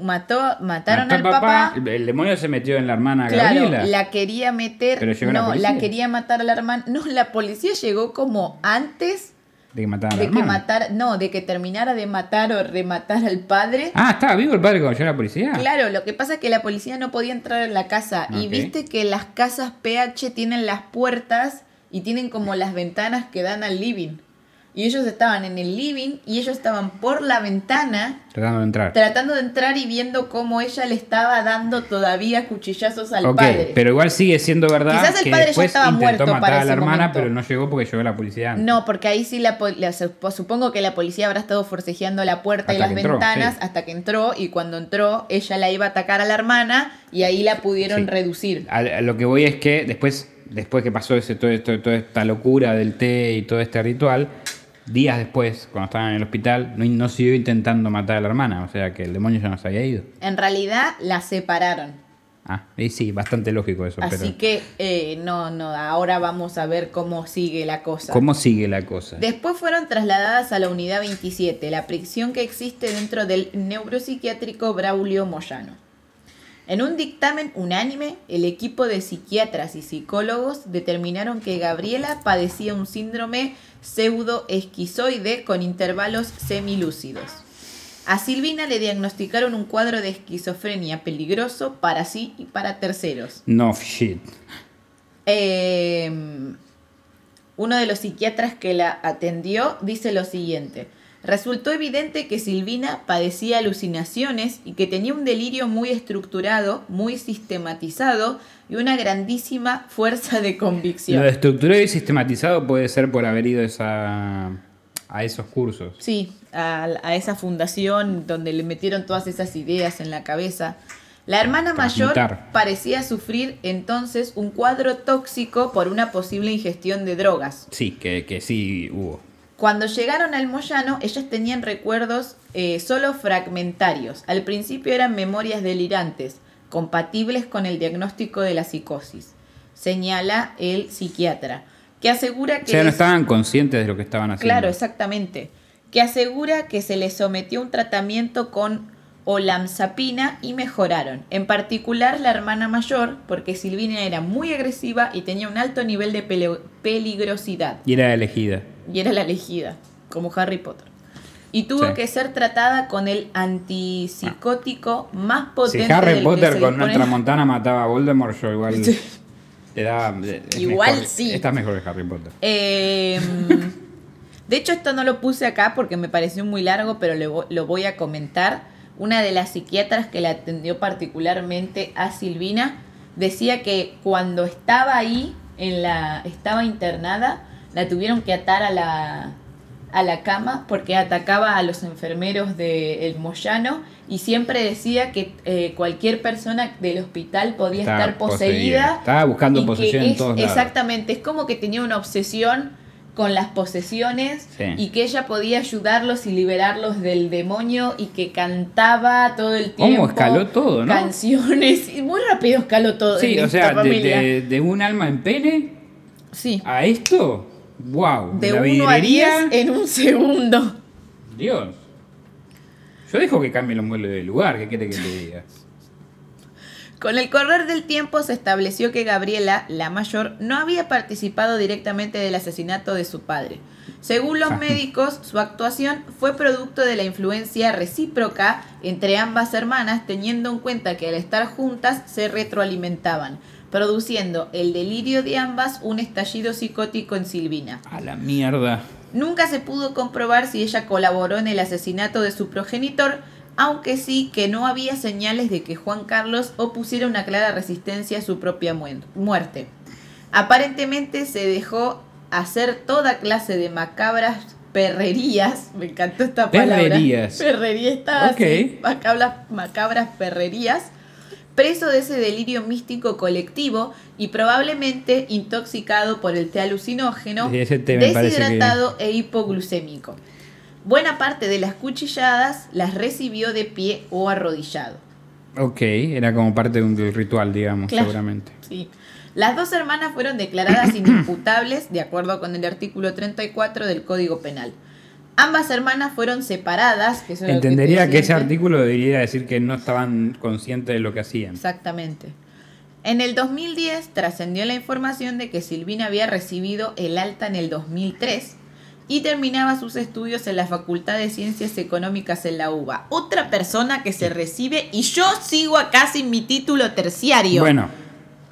A: mató, mataron
B: Mató
A: al papá.
B: El, el demonio se metió en la hermana
A: Claro,
B: Gabriela.
A: la quería meter.
B: Pero llegó la
A: no, la
B: policía.
A: quería matar a la hermana. No, la policía llegó como antes
B: De que mataron a la
A: de que
B: hermana.
A: matar, no, de que terminara de matar o rematar al padre.
B: Ah, estaba vivo el padre cuando llegó la policía.
A: Claro, lo que pasa es que la policía no podía entrar en la casa. Y
B: Ah. Ok.
A: viste que las casas PH tienen las puertas y tienen como las ventanas que dan al living. Y ellos estaban en el living y ellos estaban por la ventana
B: Tratando de entrar.
A: tratando de entrar y viendo cómo ella le estaba dando todavía cuchillazos al
B: ok,
A: padre.
B: pero igual sigue siendo verdad
A: Quizás el
B: que
A: padre ya
B: después
A: estaba
B: intentó
A: muerto
B: matar
A: para
B: a la
A: ese
B: hermana,
A: momento.
B: pero no llegó porque llegó la policía antes.
A: No, porque ahí sí la, po- la- sup- supongo que la policía habrá estado forcejeando la puerta y
B: Hasta
A: las
B: que entró,
A: ventanas
B: sí.
A: hasta que entró y cuando entró ella la iba a atacar a la hermana y ahí la pudieron
B: Sí.
A: reducir.
B: A- a lo que voy es que después, después que pasó ese, todo, esto- toda esta locura del té y todo este ritual, días después, cuando estaba en el hospital, no, no siguió intentando matar a la hermana, o sea que el demonio ya no se había ido.
A: En realidad la separaron.
B: Ah, y sí, bastante lógico eso.
A: Así
B: pero
A: que eh, no, no, ahora vamos a ver cómo sigue la cosa.
B: ¿Cómo sigue la cosa?
A: Después fueron trasladadas a la unidad 27, la prisión que existe dentro del neuropsiquiátrico Braulio Moyano. En un dictamen unánime, el equipo de psiquiatras y psicólogos determinaron que Gabriela padecía un síndrome pseudoesquizoide con intervalos semilúcidos. A Silvina le diagnosticaron un cuadro de esquizofrenia peligroso para sí y para terceros.
B: No shit.
A: Eh, uno de los psiquiatras que la atendió dice lo siguiente. Resultó evidente que Silvina padecía alucinaciones y que tenía un delirio muy estructurado, muy sistematizado y una grandísima fuerza de convicción.
B: Lo de estructurado y sistematizado puede ser por haber ido esa, a esos cursos.
A: Sí, a, a esa fundación donde le metieron todas esas ideas en la cabeza. La hermana mayor
B: Transmutar.
A: parecía sufrir entonces un cuadro tóxico por una posible ingestión de drogas.
B: Sí, que, que sí hubo.
A: Cuando llegaron al Moyano, ellas tenían recuerdos eh, solo fragmentarios. Al principio eran memorias delirantes, compatibles con el diagnóstico de la psicosis, señala el psiquiatra, que asegura
B: O
A: que...
B: sea, no
A: les-
B: estaban conscientes de lo que estaban haciendo.
A: Claro, exactamente. Que asegura que se les sometió a un tratamiento con olanzapina y mejoraron. En particular la hermana mayor, porque Silvina era muy agresiva y tenía un alto nivel de pele- peligrosidad
B: Y era elegida.
A: y era la elegida, como Harry Potter. Y tuvo
B: Sí.
A: que ser tratada con el antipsicótico más
B: Si
A: potente. del
B: Harry
A: que
B: Potter
A: se
B: con una
A: dispone-
B: tramontana mataba a Voldemort, yo igual.
A: Sí.
B: Te daba- es
A: Igual
B: mejor-
A: sí.
B: Estás mejor que Harry Potter.
A: Eh, de hecho, esto no lo puse acá porque me pareció muy largo, pero lo, vo- lo voy a comentar. Una de las psiquiatras que la atendió particularmente a Silvina decía que cuando estaba ahí, en la, estaba internada, la tuvieron que atar a la, a la cama porque atacaba a los enfermeros del El Moyano y siempre decía que eh, cualquier persona del hospital podía
B: Estaba
A: estar poseída
B: Estaba buscando
A: y que
B: posesión en
A: es-
B: todos lados.
A: Exactamente, es como que tenía una obsesión con las posesiones
B: Sí.
A: y que ella podía ayudarlos y liberarlos del demonio y que cantaba todo el
B: ¿Cómo
A: tiempo.
B: escaló todo, no?
A: Canciones, y muy rápido escaló todo.
B: Sí,
A: en
B: o
A: esta
B: sea, de,
A: familia.
B: de- de un alma en pene
A: sí.
B: a esto. ¡Wow!
A: De
B: la
A: 1 a eh.
B: vidriería.
A: 10 en un segundo.
B: Dios. Yo dejo que cambie los muebles del lugar, ¿qué quiere que te diga?
A: Con el correr del tiempo se estableció que Gabriela, la mayor, no había participado directamente del asesinato de su padre. Según los médicos, su actuación fue producto de la influencia recíproca entre ambas hermanas, teniendo en cuenta que al estar juntas se retroalimentaban, produciendo el delirio de ambas un estallido psicótico en Silvina.
B: A la mierda.
A: Nunca se pudo comprobar si ella colaboró en el asesinato de su progenitor, aunque sí que no había señales de que Juan Carlos opusiera una clara resistencia a su propia muen- muerte. Aparentemente se dejó hacer toda clase de macabras perrerías, me encantó esta palabra.
B: Perrerías.
A: Perrería estaba
B: Ok.
A: así, macabras, macabras perrerías preso de ese delirio místico colectivo y probablemente intoxicado por el té alucinógeno,
B: Sí, ese té me parece que-
A: deshidratado e hipoglucémico. Buena parte de las cuchilladas las recibió de pie o arrodillado.
B: Ok, era como parte de un del ritual, digamos,
A: Claro.
B: seguramente.
A: Sí. Las dos hermanas fueron declaradas inimputables de acuerdo con el artículo 34 del Código Penal. Ambas hermanas fueron separadas. que eso es lo que
B: Entendería
A: te
B: que ese
A: decía antes.
B: artículo debería decir que no estaban conscientes de lo que hacían.
A: Exactamente. En el 2010 trascendió la información de que Silvina había recibido el alta en el 2003 y terminaba sus estudios en la Facultad de Ciencias Económicas en la UBA. Otra persona que se recibe y yo sigo acá sin mi título terciario.
B: Bueno,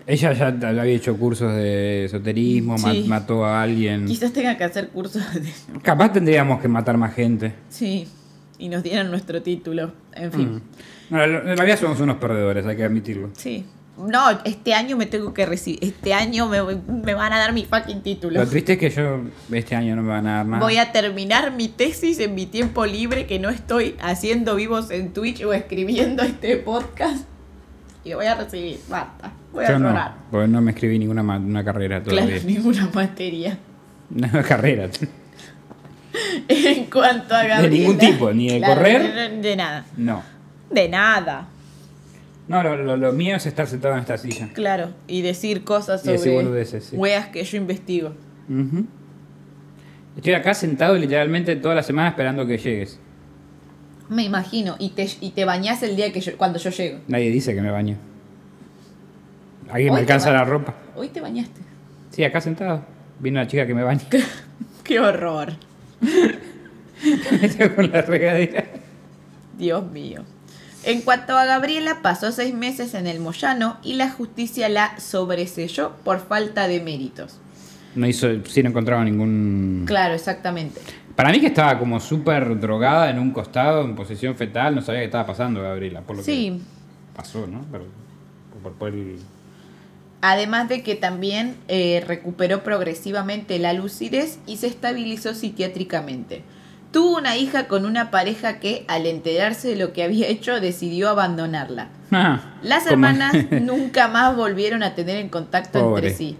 B: ella ya t- había hecho cursos de esoterismo, ma-
A: Sí.
B: mató a alguien.
A: Quizás tenga que hacer cursos de...
B: Capaz tendríamos que matar más gente.
A: Sí, y nos dieron nuestro título. En fin,
B: No, la- la vida somos unos perdedores, hay que admitirlo.
A: sí. No, este año me tengo que recibir. Este año me, voy- me van a dar mi fucking título.
B: Lo triste es que yo este año no me van a dar nada.
A: Voy a terminar mi tesis en mi tiempo libre que no estoy haciendo vivos en Twitch o escribiendo este podcast. Y lo voy a recibir, basta. Voy a
B: Yo no,
A: llorar.
B: porque no me escribí ninguna ma- una carrera
A: Claro,
B: todavía.
A: ninguna materia.
B: Una carrera.
A: en cuanto a
B: De
A: Gabriela.
B: ningún tipo, ni de
A: Claro,
B: correr.
A: de- De nada.
B: No.
A: De nada.
B: No, lo, lo- lo mío es estar sentado en esta silla.
A: Claro. Y decir cosas
B: Y decir
A: sobre
B: boludeces, sí.
A: weas que yo investigo.
B: Ujú. Estoy acá sentado literalmente toda la semana esperando que llegues.
A: Me imagino. Y te, y te bañás el día que yo, cuando yo llego.
B: Nadie dice que me baño. Alguien
A: Hoy
B: me
A: te
B: alcanza la
A: bañas.
B: ropa.
A: Hoy te bañaste.
B: Sí, acá sentado. Vino una chica que me baña.
A: Qué horror.
B: Metió con la regadera.
A: Dios mío. En cuanto a Gabriela, pasó seis meses en el Moyano y la justicia la sobreselló por falta de méritos.
B: No hizo, sí, no encontraba ningún.
A: Claro, exactamente.
B: Para mí que estaba como súper drogada en un costado, en posición fetal, no sabía qué estaba pasando, Gabriela, por lo
A: Sí.
B: que pasó, ¿no? Pero, por, por el-
A: Además de que también eh, recuperó progresivamente la lucidez y se estabilizó psiquiátricamente. Tuvo una hija con una pareja que, al enterarse de lo que había hecho, decidió abandonarla.
B: Ah,
A: Las
B: como-
A: hermanas nunca más volvieron a tener en contacto
B: Pobre.
A: entre sí.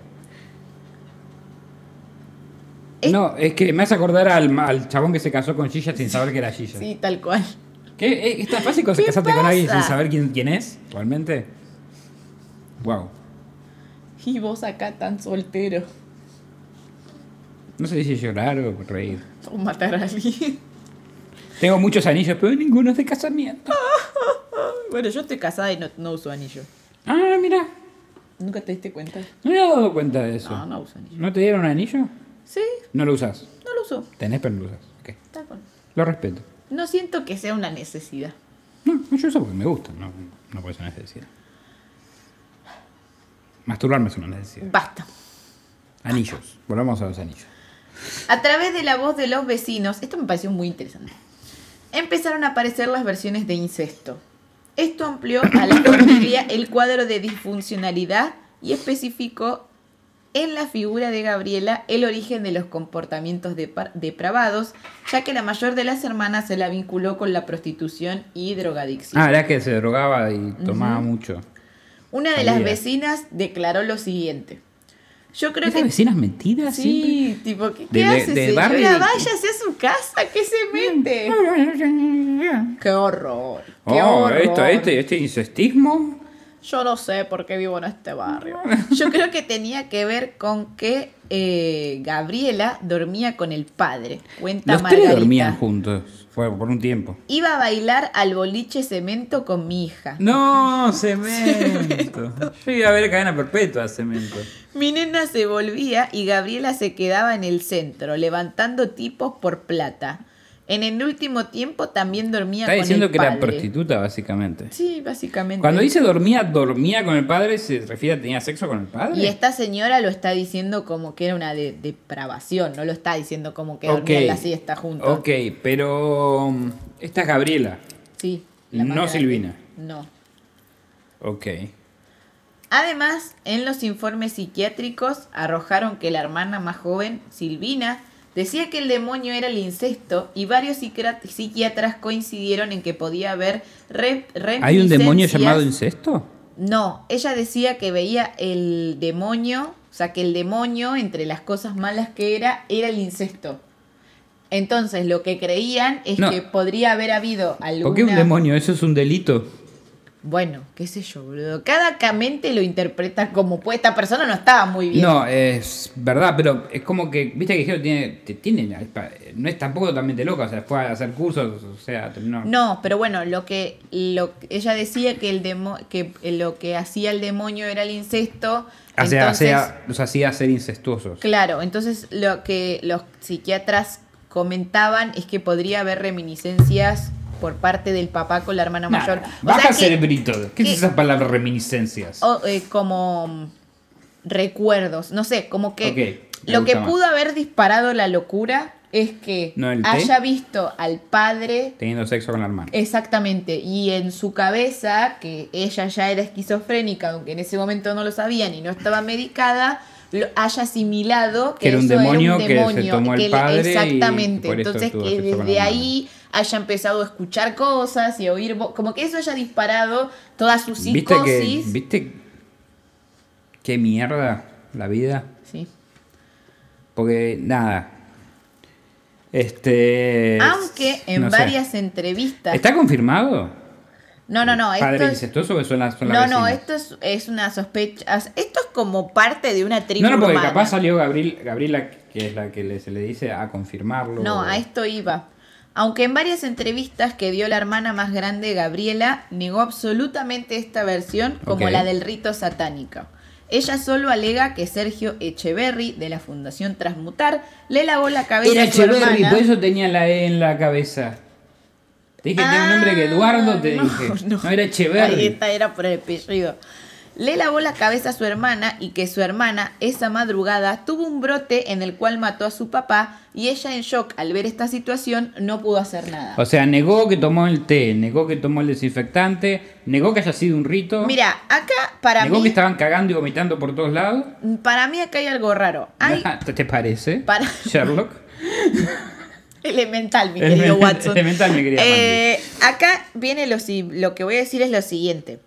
A: eh,
B: No, es que me hace acordar al, al chabón que se casó con Gilla sin saber que era Gilla.
A: Sí, tal cual.
B: ¿Qué? Eh, ¿Es tan fácil cosa-
A: ¿Qué
B: casarte con alguien sin
A: pasa?
B: saber quién, quién es? ¿Realmente? Wow.
A: Y vos acá tan soltero.
B: No sé si llorar o reír.
A: O matar a alguien.
B: Tengo muchos anillos, pero ninguno es de casamiento.
A: Bueno, yo estoy casada y no, no uso anillo.
B: Ah, mira.
A: ¿Nunca te diste cuenta?
B: No me he dado cuenta de eso.
A: No, no uso anillo.
B: ¿No te dieron un anillo?
A: Sí,
B: No lo usas.
A: no lo uso.
B: Tenés, pero no lo usas. Ok.
A: Tal cual.
B: Lo respeto.
A: No siento que sea una necesidad.
B: No, no, yo uso porque me gusta. No, no por eso no es necesidad. Masturbarme es una necesidad.
A: Basta.
B: Anillos. Volvamos a los anillos.
A: A través de la voz de los vecinos, esto me pareció muy interesante, empezaron a aparecer las versiones de incesto. Esto amplió a la familia el cuadro de disfuncionalidad y especificó en la figura de Gabriela el origen de los comportamientos depra- depravados, ya que la mayor de las hermanas se la vinculó con la prostitución y drogadicción.
B: Ah, era que se drogaba y tomaba mucho.
A: Una de las
B: sabía.
A: vecinas declaró lo siguiente. Yo creo
B: ¿Esas
A: que
B: vecinas metidas siempre?
A: Sí, tipo, ¿qué,
B: De-
A: qué
B: de-
A: hace
B: de
A: señora?
B: barrio de-
A: Váyase a su casa, que se mete. ¡Qué horror! ¡Qué
B: Oh,
A: horror!
B: esto, este, este incestismo.
A: Yo no sé por qué vivo en este barrio. Yo creo que tenía que ver con que eh, Gabriela dormía con el padre. Cuenta
B: Los
A: Margarita.
B: tres dormían juntos. Fue por un tiempo.
A: Iba a bailar al boliche cemento con mi hija.
B: No, cemento. Yo iba a ver cadena perpetua, cemento.
A: Mi nena se volvía y Gabriela se quedaba en el centro, levantando tipos por plata. En el último tiempo también dormía
B: Está
A: con
B: diciendo
A: el
B: que
A: padre.
B: era prostituta, básicamente.
A: Sí, básicamente.
B: Cuando dice dormía, dormía con el padre, se refiere a tenía sexo con el padre.
A: Y esta señora lo está diciendo como que era una de- depravación, no lo está diciendo como que
B: Ok.
A: dormían la siesta juntos.
B: Ok, pero um, esta es Gabriela.
A: Sí. la
B: No
A: más grande.
B: Silvina.
A: No.
B: Ok.
A: Además, en los informes psiquiátricos arrojaron que la hermana más joven, Silvina, decía que el demonio era el incesto y varios psiquiatra- psiquiatras coincidieron en que podía haber re-
B: ¿Hay un demonio
A: reminiscencias-
B: llamado incesto?
A: No, ella decía que veía el demonio, o sea, que el demonio, entre las cosas malas que era, era el incesto. Entonces, lo que creían es
B: No.
A: que podría haber habido alguna...
B: ¿Por qué un demonio? Eso es un delito.
A: Bueno, qué sé yo, boludo. Cada ca- mente lo interpreta como puede. Esta persona no estaba muy bien.
B: No, es verdad, pero es como que, viste que Geo tiene, te- tiene la- pa- no es tampoco totalmente loca, o sea, fue a hacer cursos, o sea, terminó.
A: No, pero bueno, lo que lo, ella decía que el demo, que lo que hacía el demonio era el incesto.
B: Hacía-
A: entonces-
B: hacía- los hacía ser incestuosos.
A: Claro, entonces lo que los psiquiatras comentaban es que podría haber reminiscencias por parte del papá con la hermana
B: Nah,
A: mayor. O
B: baja
A: sea
B: el
A: que-
B: cerebrito. ¿Qué,
A: que-
B: es esa palabra reminiscencias?
A: o, eh, como mm, recuerdos, no sé, como que
B: Ok, me
A: lo que
B: gusta más.
A: pudo haber disparado la locura es que
B: ¿No el té?
A: haya visto al padre
B: Teniendo sexo con la hermana.
A: Exactamente, y en su cabeza, que ella ya era esquizofrénica, aunque en ese momento no lo sabían y no estaba medicada, lo haya asimilado
B: Que era un
A: eso
B: demonio que se tomó el
A: le-
B: padre y
A: exactamente,
B: por eso
A: entonces
B: tuvo
A: que
B: sexo con la
A: desde
B: mamá.
A: ahí haya empezado a escuchar cosas y a oír, vo- como que eso haya disparado toda su
B: ¿Viste que,
A: psicosis.
B: ¿Viste qué mierda la vida?
A: Sí.
B: Porque, nada. Este,
A: Aunque en
B: no sé.
A: varias entrevistas.
B: ¿Está confirmado?
A: No, no, no.
B: ¿Padre
A: Esto es-
B: incestuoso o son las, son las
A: no, no,
B: vecinas?
A: esto es, es una sospecha. Esto es como parte de una tribu.
B: No, no, porque
A: urbana.
B: capaz salió Gabriel, Gabriela, que es la que le- se le dice a confirmarlo.
A: No, a esto iba. Aunque en varias entrevistas que dio la hermana más grande, Gabriela, negó absolutamente esta versión como
B: Ok.
A: la del rito satánico. Ella solo alega que Sergio Echeverry, de la Fundación Transmutar, le lavó la cabeza
B: Era
A: a su
B: Echeverry,
A: hermana.
B: por eso tenía la E en la cabeza. Te dije, tiene un nombre que Eduardo, te
A: Ah,
B: dije. No, era
A: Ahí
B: Echeverry.
A: está, era por el apellido. Le lavó la cabeza a su hermana y que su hermana, esa madrugada, tuvo un brote en el cual mató a su papá y ella en shock al ver esta situación no pudo hacer nada.
B: O sea, negó que tomó el té, negó que tomó el desinfectante, negó que haya sido un rito,
A: Mira, acá para
B: negó
A: mí,
B: que estaban cagando y vomitando por todos lados.
A: para mí acá hay algo raro. Hay
B: ¿Te parece?
A: Para-
B: Sherlock.
A: elemental, mi
B: Elemental-
A: querido Watson.
B: elemental, mi querida
A: Eh, acá viene lo, si- lo que voy a decir es lo siguiente.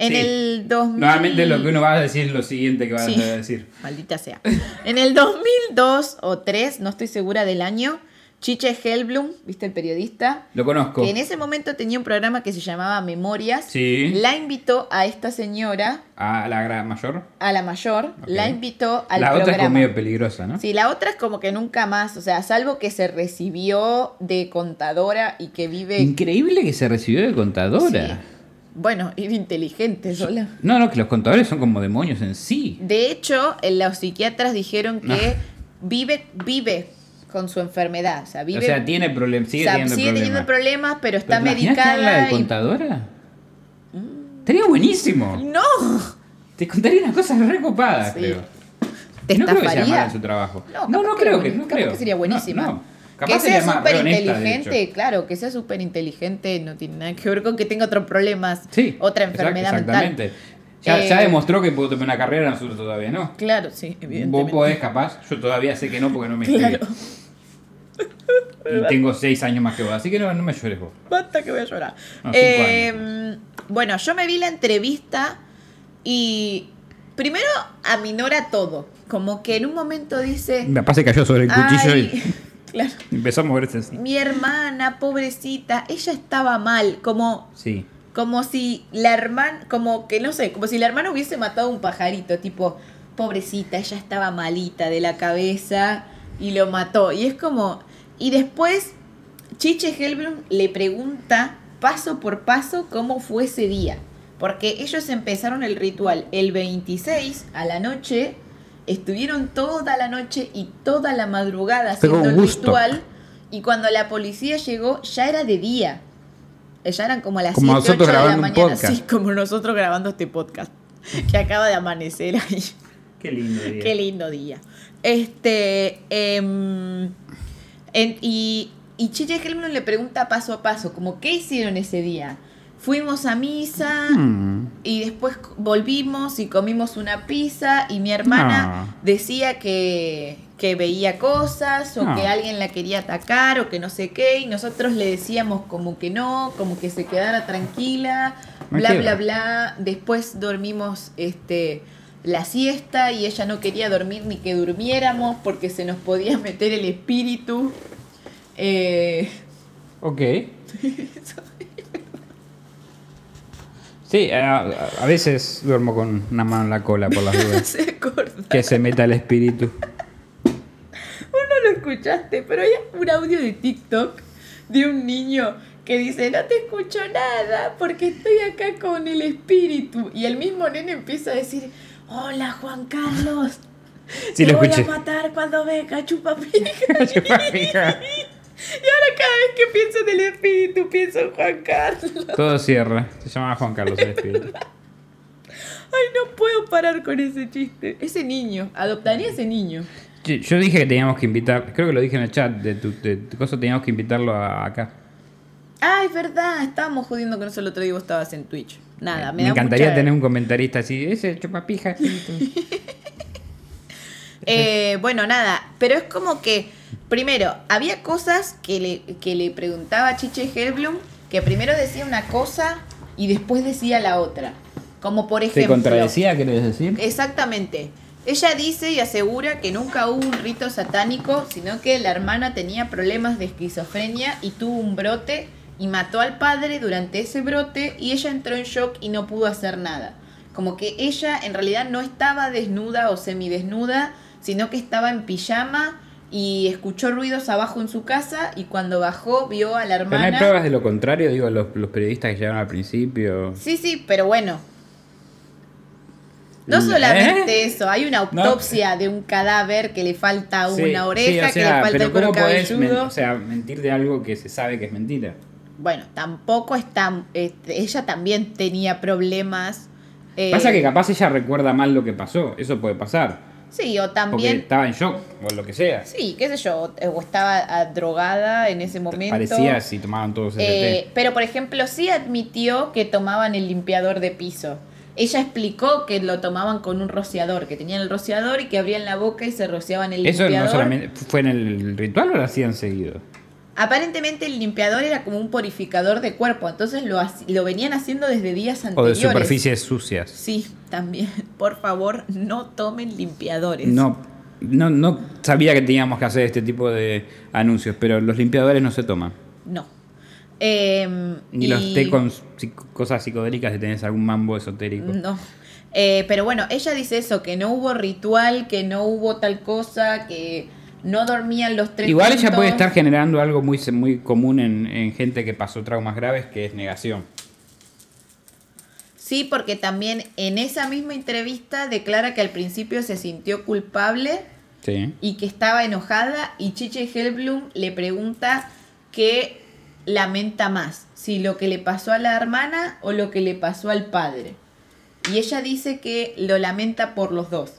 A: En
B: Sí.
A: el 2000...
B: Nuevamente lo que uno va a decir es lo siguiente que vas
A: Sí.
B: a decir.
A: Maldita sea. En el 2002 o 3, no estoy segura del año, Chiche Helblum, ¿viste el periodista?
B: Lo conozco.
A: Que en ese momento tenía un programa que se llamaba Memorias.
B: Sí.
A: La invitó a esta señora,
B: A la gran mayor.
A: a la mayor, la invitó al
B: la otra es como
A: programa.
B: medio peligrosa, ¿no?
A: Sí, la otra es como que nunca más, o sea, salvo que se recibió de contadora y que vive...
B: Increíble que se recibió de contadora.
A: Sí. Bueno, era inteligente sola.
B: No, no, que los contadores son como demonios en sí.
A: De hecho, eh, los psiquiatras dijeron
B: Ah.
A: que vive, vive con su enfermedad. O sea, vive,
B: o sea, tiene problemas,
A: o
B: sigue
A: sea,
B: teniendo
A: sigue teniendo
B: problemas.
A: problemas, pero
B: ¿Pero
A: está
B: te imaginas que haga la
A: medicada.
B: de
A: y- Mm.
B: contadora? Estaría buenísimo.
A: No,
B: Te contaría unas cosas recopadas,
A: Sí.
B: creo.
A: te
B: no creo que sea
A: estafaría.
B: mala en su trabajo.
A: No,
B: no,
A: capaz
B: no
A: que
B: creo
A: era
B: que,
A: buen-
B: no
A: capaz
B: creo.
A: que sería buenísima.
B: No, no.
A: que
B: Capaz
A: sea
B: más re
A: súper
B: honesta, de
A: inteligente,
B: hecho.
A: claro, que sea súper inteligente no tiene nada que ver con que tenga otros problemas,
B: Sí.
A: otra
B: exact-
A: enfermedad
B: exactamente.
A: mental.
B: Ya, ya
A: Eh,
B: demostró que puedo tomar una carrera, nosotros todavía no.
A: Claro, sí,
B: Vos
A: evidentemente.
B: podés, capaz. Yo todavía sé que no porque no me
A: Claro.
B: inscribí. Y tengo seis años más que vos, así que no, no me llores vos.
A: Basta que voy a llorar.
B: No, cinco
A: Eh, bueno, yo me vi la entrevista y primero aminora todo. Como que en un momento dice.
B: Me se cayó sobre el cuchillo
A: Ay, claro.
B: y empezó a moverse así.
A: Mi hermana, pobrecita, ella estaba mal. Como,
B: Sí.
A: como si la hermana. Como que no sé, como si la hermana hubiese matado a un pajarito. Tipo, pobrecita, ella estaba malita de la cabeza y lo mató. Y es como. Y después Chiche Helbrun le pregunta paso por paso cómo fue ese día. Porque ellos empezaron el ritual el 26 a la noche, estuvieron toda la noche y toda la madrugada
B: Fue
A: haciendo
B: con
A: el
B: gusto.
A: ritual. Y cuando la policía llegó, ya era de día. Eh, Ya eran como a las
B: Como
A: 7, 8
B: nosotros
A: de la
B: grabando un
A: mañana.
B: podcast.
A: Sí, como nosotros grabando este podcast. Que acaba de amanecer ahí.
B: Qué lindo día.
A: Qué lindo día. Este. em, en- y, y Chiche Helmut le pregunta paso a paso, como, ¿qué hicieron ese día? Fuimos a misa
B: Mm.
A: y después c- volvimos y comimos una pizza y mi hermana decía que, que veía cosas o
B: No.
A: que alguien la quería atacar o que no sé qué y nosotros le decíamos como que no, como que se quedara tranquila,
B: Me
A: bla, bla,
B: quiebra.
A: bla. Después dormimos este la siesta y ella no quería dormir ni que durmiéramos porque se nos podía meter el espíritu. Eh,
B: Ok. Sí, a, a veces duermo con una mano en la cola por las dudas.
A: se acordó.
B: que se meta el espíritu.
A: no lo escuchaste, pero hay un audio de TikTok de un niño que dice, no te escucho nada porque estoy acá con el espíritu. Y el mismo nene empieza a decir, hola Juan Carlos,
B: Sí,
A: te
B: lo
A: voy
B: escuché.
A: a matar cuando venga, chupa pija".
B: Chupa pija.
A: Y ahora cada vez que pienso en el espíritu, pienso en Juan Carlos.
B: Todo cierra. Se llamaba Juan Carlos el espíritu.
A: Ay, no puedo parar con ese chiste. Ese niño, adoptaría a ese niño.
B: Yo- Yo dije que teníamos que invitar, creo que lo dije en el chat de tu, de tu cosa, teníamos que invitarlo a- acá.
A: Ah, es verdad, estábamos jodiendo con eso el otro día, vos estabas en Twitch. Nada, me,
B: Me
A: da
B: encantaría
A: mucha-
B: tener un comentarista así, ese chupapija.
A: Eh, bueno, nada, pero es como que, primero, había cosas que le, que le preguntaba a Chiche Helblum, que primero decía una cosa y después decía la otra. Como por ejemplo... Eh,
B: querés decir?
A: Exactamente. Ella dice y asegura que nunca hubo un rito satánico, sino que la hermana tenía problemas de esquizofrenia y tuvo un brote y mató al padre durante ese brote y ella entró en shock y no pudo hacer nada. Como que ella en realidad no estaba desnuda o semidesnuda, sino que estaba en pijama y escuchó ruidos abajo en su casa y cuando bajó vio a la
B: Pero no hay
A: hermana.
B: pruebas de lo contrario, digo, los, los periodistas que llegaron al principio.
A: Sí, sí, pero bueno. No
B: ¿Eh?
A: solamente eso, hay una autopsia de un cadáver que le falta
B: Sí,
A: una oreja,
B: sí, o sea,
A: que le falta
B: pero
A: un cuero
B: ¿cómo podés men-
A: cabelludo.
B: o sea, mentir de algo que se sabe que es mentira?
A: Bueno, tampoco está. este, ella también tenía problemas. eh,
B: Pasa que capaz ella recuerda mal lo que pasó, eso puede pasar.
A: Sí, o
B: Porque
A: también.
B: estaba en shock o lo que sea.
A: Sí, qué sé yo, o- o estaba ah, drogada en ese momento.
B: Parecía si tomaban todos ese
A: Eh, pero por ejemplo, sí admitió que tomaban el limpiador de piso. Ella explicó que lo tomaban con un rociador, que tenían el rociador y que abrían la boca y se rociaban el
B: Eso
A: limpiador.
B: no solamente fue en el ritual o lo hacían seguido.
A: Aparentemente el limpiador era como un purificador de cuerpo, entonces lo, haci- lo venían haciendo desde días
B: O de
A: anteriores.
B: superficies sucias.
A: Sí, también. Por favor, no tomen limpiadores.
B: No, no, no sabía que teníamos que hacer este tipo de anuncios, pero los limpiadores no se toman.
A: No. Em,
B: Ni
A: y-
B: los té con psic- cosas psicodélicas si tenés algún mambo esotérico.
A: No. Eh, pero bueno, ella dice eso, que no hubo ritual, que no hubo tal cosa, que no dormían los tres.
B: Igual ella
A: juntos.
B: puede estar generando algo muy, muy común en, en gente que pasó traumas graves, que es negación.
A: Sí, porque también en esa misma entrevista declara que al principio se sintió culpable
B: Sí.
A: y que estaba enojada y Chiche Helblum le pregunta qué lamenta más, si lo que le pasó a la hermana o lo que le pasó al padre. Y ella dice que lo lamenta por los dos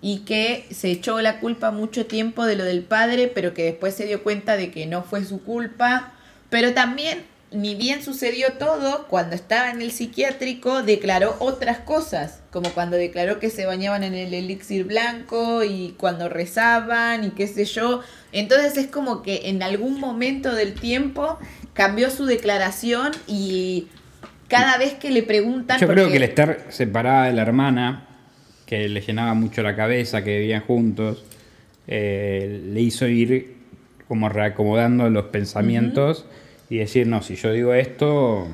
A: y que se echó la culpa mucho tiempo de lo del padre, pero que después se dio cuenta de que no fue su culpa. Pero también, ni bien sucedió todo, cuando estaba en el psiquiátrico declaró otras cosas, como cuando declaró que se bañaban en el elixir blanco y cuando rezaban y qué sé yo. Entonces es como que en algún momento del tiempo cambió su declaración y cada vez que le preguntan...
B: Yo creo
A: porque-
B: que el estar separada de la hermana, que le llenaba mucho la cabeza, que vivían juntos, eh, le hizo ir como reacomodando los pensamientos y decir, no, si yo digo esto,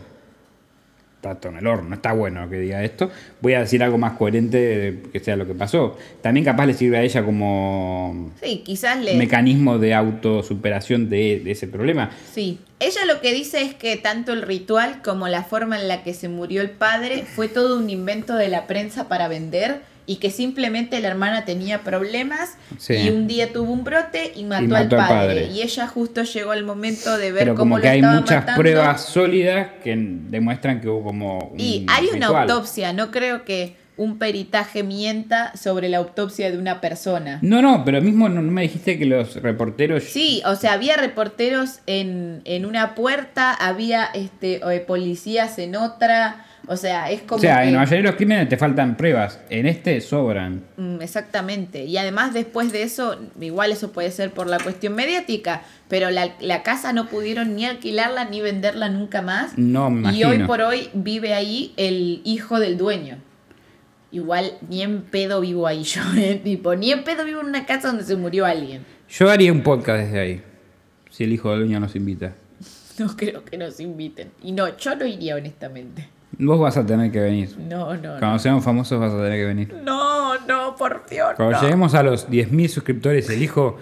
B: está todo en el horno, está bueno que diga esto, voy a decir algo más coherente de- que sea lo que pasó. También capaz le sirve a ella como
A: Sí, quizás le...
B: mecanismo de autosuperación de, de ese problema.
A: Sí. Ella lo que dice es que tanto el ritual como la forma en la que se murió el padre fue todo un invento de la prensa para vender y que simplemente la hermana tenía problemas
B: Sí.
A: y un día tuvo un brote y mató, al,
B: mató
A: padre.
B: al padre.
A: Y ella justo llegó al momento de ver
B: Pero
A: cómo
B: como
A: lo
B: que hay
A: estaba
B: muchas
A: matando.
B: pruebas sólidas que n- demuestran que hubo como... un
A: Y hay una
B: ritual.
A: autopsia, no creo que un peritaje mienta sobre la autopsia de una persona.
B: No, no, pero mismo no, no me dijiste que los reporteros...
A: Sí, o sea, había reporteros en, en una puerta, había este eh, policías en otra, o sea, es como
B: o sea,
A: que-
B: en la mayoría de los crímenes te faltan pruebas, en este sobran.
A: Mm, exactamente. Y además después de eso, igual eso puede ser por la cuestión mediática, pero la, la casa no pudieron ni alquilarla ni venderla nunca más.
B: No me
A: y hoy
B: imagino.
A: por hoy vive ahí el hijo del dueño. Igual ni en pedo vivo ahí yo, ¿eh? tipo, ni en pedo vivo en una casa donde se murió alguien.
B: Yo haría un podcast desde ahí, si el hijo del dueño nos invita.
A: No creo que nos inviten. Y no, yo no iría honestamente.
B: Vos vas a tener que venir.
A: No, no,
B: Cuando seamos famosos vas a tener que venir.
A: no. No, no, por Dios.
B: Cuando
A: no.
B: lleguemos a los 10.000 suscriptores, el hijo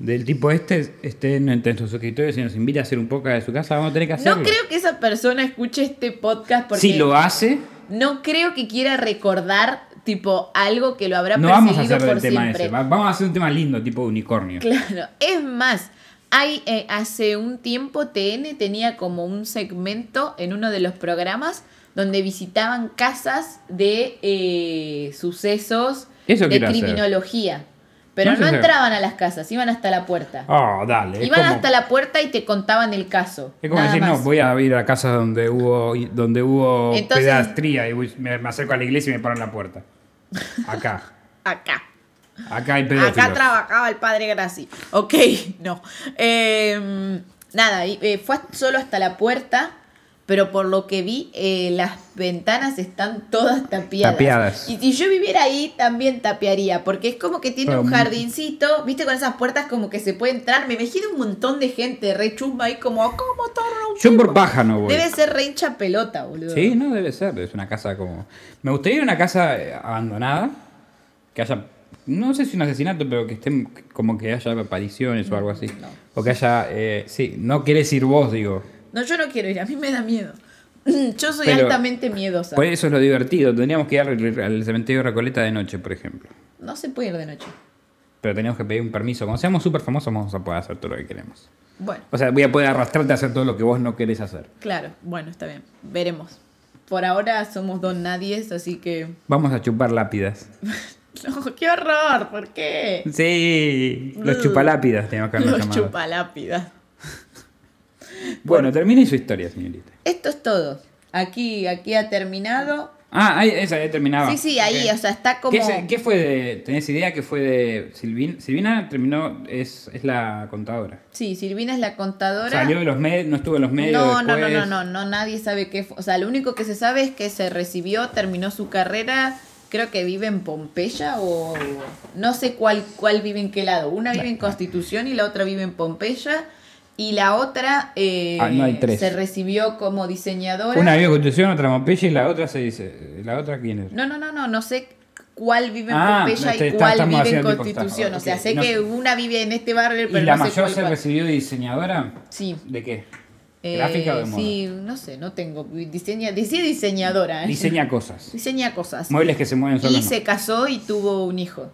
B: del tipo este esté en- entre sus suscriptores y nos invita a hacer un podcast de su casa, vamos a tener que
A: No
B: hacerlo.
A: creo que esa persona escuche este podcast porque
B: Si lo hace,
A: no creo que quiera recordar tipo algo que lo habrá
B: no
A: perseguido
B: vamos a hacer
A: por
B: el tema
A: siempre.
B: ese. Va- Vamos a hacer un tema lindo, tipo unicornio.
A: Claro, es más, hay eh, hace un tiempo TN tenía como un segmento en uno de los programas donde visitaban casas de eh, sucesos
B: Eso
A: de
B: quiero hacer.
A: criminología. Pero
B: No sé
A: no
B: si-
A: entraban a las casas, iban hasta la puerta.
B: Ah, dale. es
A: Iban
B: como-
A: hasta la puerta y te contaban el caso.
B: Es como
A: Nada
B: decir,
A: más.
B: no, voy a ir a casas donde hubo, donde hubo
A: Entonces-
B: pedastría y voy- me, me acerco a la iglesia y me paran la puerta. Acá.
A: Acá.
B: Acá hay pedófilos.
A: Acá trabajaba el padre Graci. Ok, Em, no. Eh, nada, y, eh, fue hasta- solo hasta la puerta pero por lo que vi, eh, las ventanas están todas tapiadas.
B: Tapiadas.
A: Y si yo viviera ahí, también tapiaría, porque es como que tiene
B: Pero
A: un
B: muy-
A: jardincito, viste, con esas puertas como que se puede entrar. Me imagino un montón de gente re chumba ahí como, ¿cómo torna un
B: Yo por
A: tipo?".
B: paja no voy.
A: Debe ser re hincha pelota, boludo.
B: Sí, no, debe ser. Es una casa como. Me gustaría ir a una casa eh, abandonada. Que haya. No sé si un asesinato, pero que estén. Como que haya apariciones o algo así.
A: no.
B: O que haya. eh, sí, no querés ir vos, digo.
A: No, yo no quiero ir, a mí me da miedo. Yo soy
B: Pero-
A: altamente miedosa.
B: Por eso es lo divertido. Tendríamos que ir al, al cementerio de Recoleta de noche, por ejemplo.
A: No se puede ir de noche.
B: Pero tenemos que pedir un permiso. Cuando seamos súper famosos, vamos a poder hacer todo lo que queremos.
A: Bueno,
B: O sea, voy a poder arrastrarte a hacer todo lo que vos no querés hacer.
A: claro, bueno, está bien. Veremos. Por ahora somos dos nadies, así que.
B: Vamos a chupar lápidas.
A: No, ¡Qué horror! ¿Por qué?
B: Sí, los
A: Uh.
B: chupalápidas tenemos que habernos
A: Los
B: llamado.
A: chupalápidas.
B: Bueno, termine su historia, señorita.
A: Esto es todo. Aquí, aquí ha terminado.
B: Ah, ahí, esa ya terminaba.
A: sí, sí, ahí,
B: Ok.
A: o sea, está como.
B: ¿Qué, se- qué fue de.? ¿Tenés idea que fue de Silvina? Silvina terminó, es, es la contadora.
A: Sí, Silvina es la contadora.
B: Salió de los medios, no estuvo en los medios.
A: no, no, no,
B: después.
A: no, no, no, nadie sabe qué fue. O sea, lo único que se sabe es que se recibió, terminó su carrera. Creo que vive en Pompeya o. No sé cuál, cuál vive en qué lado. Una vive en Constitución y la otra vive en Pompeya. Y la otra eh,
B: Ah, no hay tres.
A: se recibió como diseñadora.
B: Una vive en Constitución, otra en Pompeya y la otra se dice. ¿La otra quién era?
A: No, no, no, no, no sé cuál vive en
B: Ah,
A: Pompeya
B: este,
A: y
B: está-
A: cuál
B: estamos
A: vive en
B: haciendo tipo
A: Constitución.
B: estado,
A: O sea,
B: ok,
A: sé
B: no
A: que
B: sé.
A: una vive en este barrio,
B: ¿Y
A: pero
B: la
A: no sé
B: mayor
A: cuál.
B: se
A: cuál.
B: recibió de diseñadora?
A: Sí.
B: ¿De qué?
A: Eh,
B: ¿Gráfica o de moda?
A: Sí, no sé, no tengo. Diseña, decía diseñadora. ¿eh?
B: Diseña cosas.
A: Diseña cosas.
B: Muebles que se mueven solos.
A: Y
B: no.
A: se casó y tuvo un hijo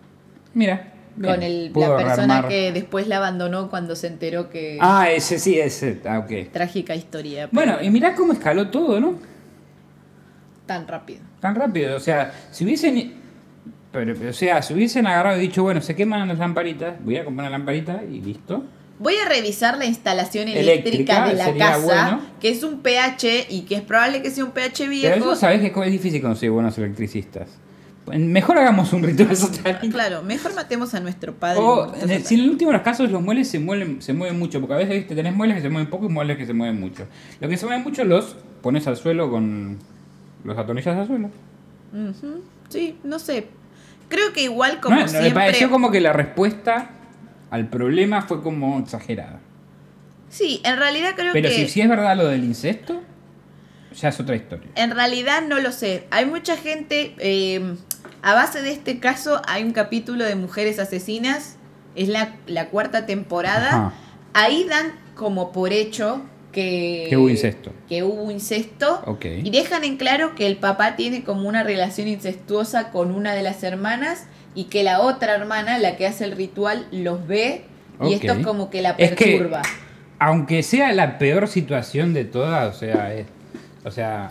B: Mira. bien,
A: con el,
B: pudo
A: la persona
B: armar-
A: que después la abandonó cuando se enteró que...
B: Ah, ese sí, ese. Ah, ok.
A: Trágica historia. pero
B: Bueno, y mirá cómo escaló todo, ¿no?
A: Tan rápido.
B: Tan rápido, o sea, si hubiesen. Pero, o sea, si hubiesen agarrado y dicho, bueno, se queman las lamparitas, voy a comprar una lamparita y listo.
A: Voy a revisar la instalación eléctrica,
B: Eléctrica,
A: de la
B: sería
A: casa,
B: bueno.
A: que es un pH y que es probable que sea un pH
B: Pero
A: viejo.
B: vos sabés que es difícil conseguir buenos electricistas. Pues, Mejor hagamos un ritual satánico.
A: Claro, mejor matemos a nuestro padre.
B: O,
A: Nuestro
B: en el,
A: satánico.
B: si en el último de los casos los muebles se mueven, se mueven mucho, porque a veces viste, tenés muebles que se mueven poco y muebles que se mueven mucho. Los que se mueven mucho los pones al suelo con. los atornillas al suelo.
A: Ujú, Sí, no sé. Creo que igual
B: No,
A: como
B: no, me
A: siempre.
B: pareció como que la respuesta al problema fue como exagerada.
A: Sí, en realidad creo
B: Pero
A: que.
B: si, si es verdad lo del incesto, ya es otra historia.
A: En realidad no lo sé. Hay mucha gente. eh, a base de este caso, hay un capítulo de Mujeres Asesinas. Es la, la cuarta temporada.
B: Ajá.
A: Ahí dan como por hecho que.
B: Que hubo incesto.
A: Que hubo incesto.
B: Ok.
A: Y dejan en claro que el papá tiene como una relación incestuosa con una de las hermanas. Y que la otra hermana, la que hace el ritual, los ve. Y esto
B: Ok.
A: es como que la
B: Es que-
A: perturba.
B: Aunque sea la peor situación de todas, o sea, es, o sea,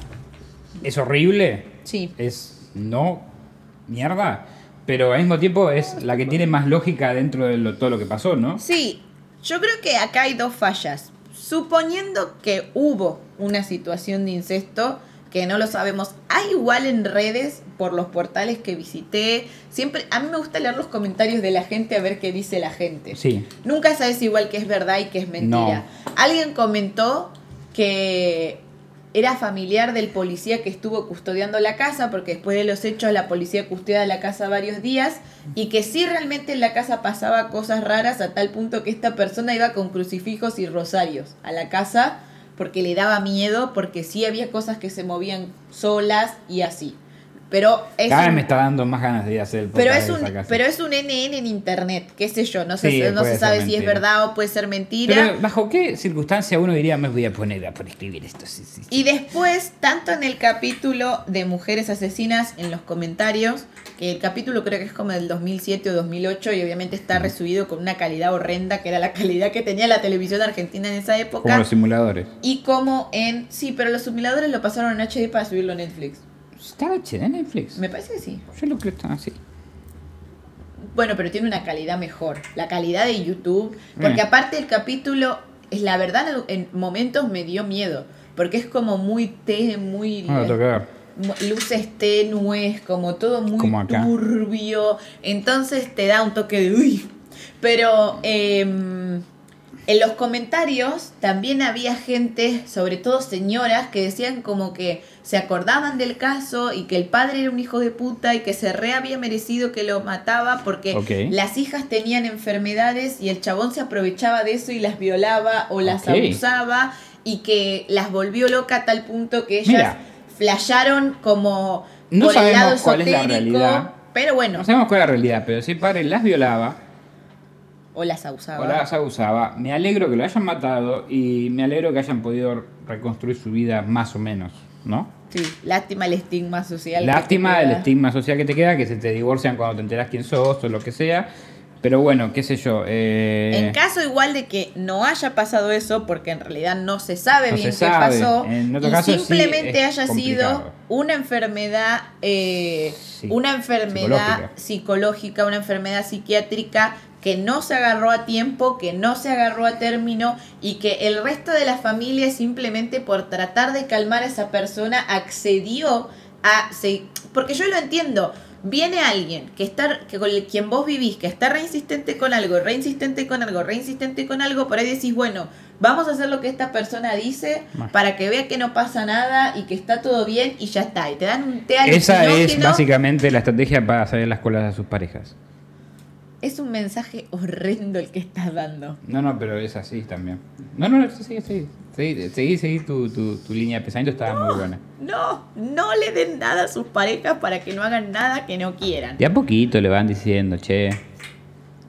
B: es horrible,
A: Sí.
B: es no mierda, pero al mismo tiempo es la que tiene más lógica dentro de lo- todo lo que pasó, ¿no?
A: Sí, yo creo que acá hay dos fallas. Suponiendo que hubo una situación de incesto, que no lo sabemos, hay igual en redes, por los portales que visité, siempre, a mí me gusta leer los comentarios de la gente a ver qué dice la gente.
B: Sí.
A: Nunca sabes igual que es verdad y que es mentira. Alguien comentó que era familiar del policía que estuvo custodiando la casa, porque después de los hechos la policía custodia la casa varios días, y que sí realmente en la casa pasaba cosas raras a tal punto que esta persona iba con crucifijos y rosarios a la casa porque le daba miedo, porque sí había cosas que se movían solas y así. Pero es
B: Cada vez
A: un-
B: me está dando más ganas de ir a hacer el
A: pero
B: podcast
A: es
B: de
A: un
B: esa casa.
A: pero es un NN en internet, qué sé yo, no se,
B: Sí,
A: no
B: puede
A: se
B: ser
A: sabe si es
B: mentira.
A: verdad o puede ser mentira.
B: Pero, bajo qué circunstancia uno diría, me voy a poner a por escribir esto. Sí, sí, sí.
A: Y después, tanto en el capítulo de Mujeres Asesinas, en los comentarios, que el capítulo creo que es como del 2007 o 2008 y obviamente está resubido con una calidad horrenda, que era la calidad que tenía la televisión argentina en esa
B: Como
A: época.
B: los simuladores.
A: Y como en... Sí, pero los simuladores lo pasaron en HD para subirlo a Netflix.
B: Está HD en Netflix.
A: Me parece que sí.
B: Yo lo creo que está así.
A: Bueno, pero tiene una calidad mejor. La calidad de YouTube. Porque
B: Mm.
A: aparte el capítulo, es la verdad, en momentos me dio miedo. Porque es como muy té, muy...
B: No Ah, lo tengo que ver.
A: mu- luces tenues, como todo muy
B: Como acá.
A: turbio. Entonces te da un toque de uy. Pero eh, En los comentarios también había gente, sobre todo señoras, que decían como que se acordaban del caso y que el padre era un hijo de puta y que se re había merecido que lo mataba porque
B: Ok.
A: las hijas tenían enfermedades y el chabón se aprovechaba de eso y las violaba o las
B: Ok.
A: abusaba y que las volvió loca a tal punto que ellas
B: Mira.
A: flasharon como
B: No
A: por el lado
B: sabemos cuál es la
A: esotérico,
B: realidad.
A: pero bueno,
B: No sabemos cuál es la realidad, pero si el padre las violaba
A: o las abusaba.
B: o las abusaba, me alegro que lo hayan matado y me alegro que hayan podido reconstruir su vida más o menos, ¿no?
A: Sí, lástima el estigma social. que
B: Lástima
A: te
B: del
A: queda.
B: estigma social que te queda, que se te divorcian cuando te enteras quién sos o lo que sea. Pero bueno, qué sé yo. eh,
A: En caso igual de que no haya pasado eso, porque en realidad no se sabe
B: No
A: bien
B: se
A: qué
B: sabe.
A: pasó,
B: En otro
A: y
B: caso sí
A: simplemente
B: es
A: haya sido
B: complicado.
A: una enfermedad, eh,
B: Sí,
A: una enfermedad psicológica.
B: psicológica.
A: una enfermedad psiquiátrica que no se agarró a tiempo, que no se agarró a término y que el resto de la familia simplemente por tratar de calmar a esa persona accedió a... se- porque yo lo entiendo. Viene alguien que está que con el- quien vos vivís, que está reinsistente con algo, reinsistente con algo, reinsistente con algo, por ahí decís, bueno, vamos a hacer lo que esta persona dice
B: Bueno.
A: para que vea que no pasa nada y que está todo bien y ya está. Y te dan un té
B: esa es
A: alucinógeno.
B: básicamente la estrategia para salir las colas a sus parejas.
A: Es un mensaje horrendo el que estás dando.
B: No, no, pero es así también. No, no, no, sí, sí. Seguí, seguí, seguí tu, tu, tu línea de pensamiento, estaba muy buena.
A: No, no le den nada a sus parejas para que no hagan nada que no quieran.
B: De a poquito le van diciendo, che.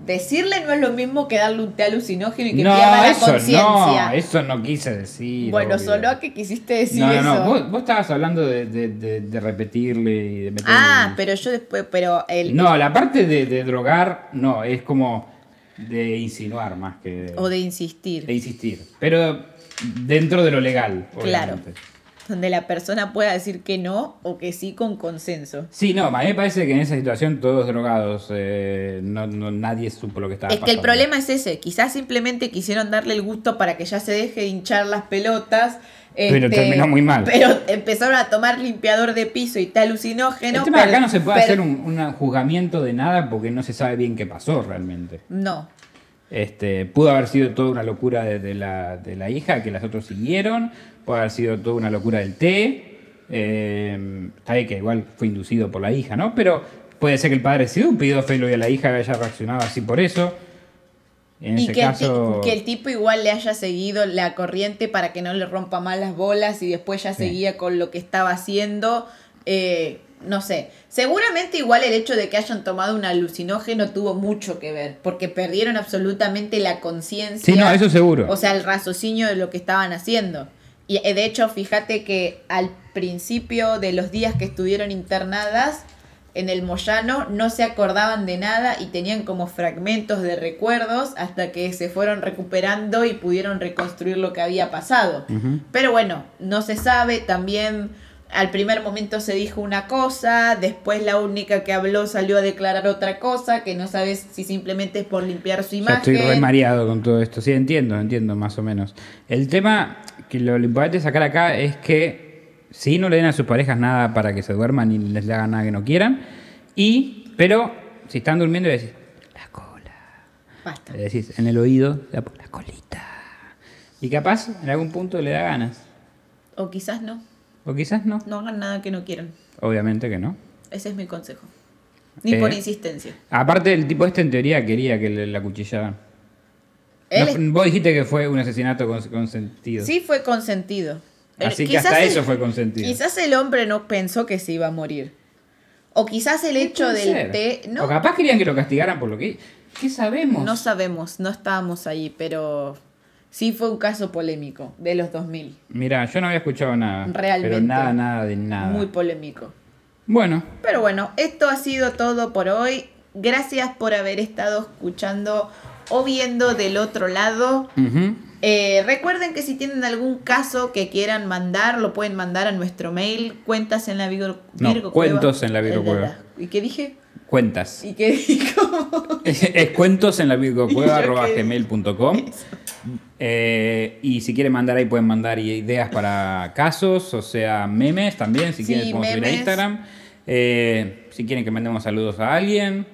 A: Decirle no es lo mismo que darle un té alucinógeno y que
B: No,
A: pierda la
B: eso no,
A: conciencia.
B: eso no quise decir.
A: bueno,
B: obvio.
A: solo a que quisiste decir
B: No, no,
A: eso.
B: no, vos, vos estabas hablando de, de- de- de repetirle y de meterle-
A: Ah, pero yo después, pero el
B: No, la parte de, de drogar, no, es como de insinuar más que de,
A: o de insistir,
B: de insistir. Pero dentro de lo legal,
A: Claro.
B: obviamente.
A: donde la persona pueda decir que no o que sí con consenso.
B: Sí, no, a mí me parece que en esa situación todos drogados, eh, no, no- nadie supo lo que estaba
A: Es que el
B: pasando.
A: problema es ese, quizás simplemente quisieron darle el gusto para que ya se deje de hinchar las pelotas. este,
B: Pero terminó muy mal.
A: Pero empezaron a tomar limpiador de piso y tal alucinógeno.
B: El tema
A: pero-
B: es que Este acá no se puede
A: pero-
B: hacer un, un juzgamiento de nada porque no se sabe bien qué pasó realmente.
A: No,
B: Este, pudo haber sido toda una locura de, de la, de la hija que las otras siguieron, pudo haber sido toda una locura del té, eh, está bien que igual fue inducido por la hija, ¿no? Pero puede ser que el padre sea un pedófilo y la hija haya reaccionado así por eso. En
A: y
B: ese
A: que el, ti-
B: caso...
A: que el tipo igual le haya seguido la corriente para que no le rompa más las bolas y después ya
B: Sí.
A: seguía con lo que estaba haciendo. eh, no sé, seguramente igual el hecho de que hayan tomado un alucinógeno tuvo mucho que ver, porque perdieron absolutamente la conciencia.
B: Sí, no, eso seguro.
A: O sea, el raciocinio de lo que estaban haciendo. Y eh, de hecho, fíjate que al principio de los días que estuvieron internadas en el Moyano, no se acordaban de nada y tenían como fragmentos de recuerdos hasta que se fueron recuperando y pudieron reconstruir lo que había pasado.
B: Ujú.
A: Pero bueno, no se sabe, también al primer momento se dijo una cosa, después la única que habló salió a declarar otra cosa, que no sabes si simplemente es por limpiar su
B: Ya
A: imagen.
B: estoy re mareado con todo esto. Sí, entiendo, entiendo más o menos. El tema que lo, lo importante sacar acá es que sí no le den a sus parejas nada para que se duerman ni les hagan nada que no quieran. Y, pero, si están durmiendo, le decís, la cola.
A: Basta.
B: Le decís en el oído, la, la colita. Y capaz en algún punto le da ganas.
A: O quizás no.
B: O quizás no.
A: No hagan nada que no quieran.
B: Obviamente que no.
A: Ese es mi consejo. Ni por
B: Eh,
A: insistencia.
B: Aparte, el tipo este en teoría quería que le, la cuchillaran.
A: Él
B: No, vos dijiste que fue un asesinato cons- consentido.
A: sí fue consentido. El-
B: Así que
A: quizás
B: hasta
A: el-
B: eso fue consentido.
A: Quizás el hombre no pensó que se iba a morir. O quizás el hecho
B: Puede
A: del
B: ser.
A: té.
B: O
A: No,
B: capaz querían que lo castigaran por lo que. ¿Qué sabemos?
A: no sabemos, no estábamos ahí, pero sí fue un caso polémico de los 2000.
B: Mira, yo no había escuchado nada.
A: Realmente.
B: Pero nada, nada de nada.
A: Muy polémico.
B: Bueno,
A: Pero bueno, esto ha sido todo por hoy. Gracias por haber estado escuchando o viendo del otro lado.
B: ujú.
A: Eh, recuerden que si tienen algún caso que quieran mandar, lo pueden mandar a nuestro mail, cuentas en la Virgo,
B: No,
A: Virgo
B: cuentos en la Virgo
A: Eh, la, la.
B: Cueva.
A: ¿Y qué dije?
B: cuentas.
A: ¿Y qué dijo?
B: es cuentos en la virgocueva arroba
A: Yo qué-
B: gmail.com. Eh, y si quieren mandar ahí, pueden mandar ideas para casos, o sea, memes también, si
A: Sí,
B: quieren, podemos subir a
A: memes.
B: Instagram. Eh, si quieren que mandemos saludos a alguien.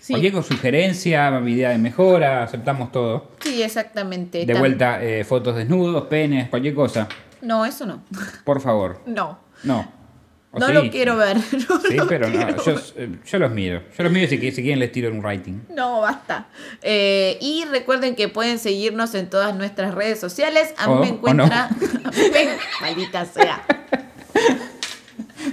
A: Sí.
B: Cualquier sugerencia, idea de mejora, aceptamos todo.
A: Sí, exactamente.
B: De
A: Tam-
B: vuelta, eh, fotos desnudos, penes, cualquier cosa.
A: No, eso no.
B: Por favor.
A: No.
B: No. O
A: no
B: sí.
A: lo quiero ver. No
B: Sí,
A: lo
B: pero no.
A: quiero
B: Yo,
A: ver.
B: eh, yo los miro. Yo los miro y si, qui- si quieren les tiro un writing.
A: No, basta. Eh, y recuerden que pueden seguirnos en todas nuestras redes sociales. A mí
B: Oh, O-
A: me
B: o no.
A: encuentra. a mí me- Maldita sea.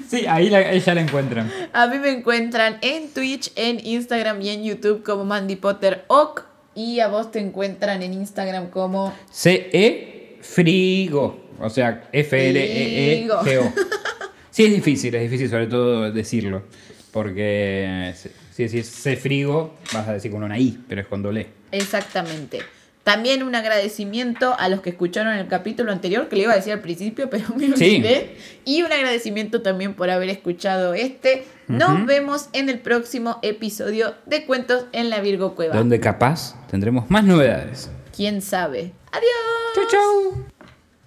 C: Sí, ahí la- ella la encuentran.
A: A mí me encuentran en Twitch, en Instagram y en YouTube como Mandy Potter Oc. Y a vos te encuentran en Instagram como.
B: C-E Frigo. O sea, F-R-E-E-G-O. Sí, es difícil, es difícil sobre todo decirlo. Porque si si decís C Frigo, vas a decir con una I, pero es con doble. E.
A: Exactamente. También un agradecimiento a los que escucharon el capítulo anterior, que le iba a decir al principio, pero me
B: Sí.
A: olvidé. Y un agradecimiento también por haber escuchado este. Nos
B: Ujú.
A: vemos en el próximo episodio de Cuentos en la Virgo Cueva.
B: Donde capaz tendremos más novedades.
A: ¿Quién sabe? Adiós.
B: Chau, chau.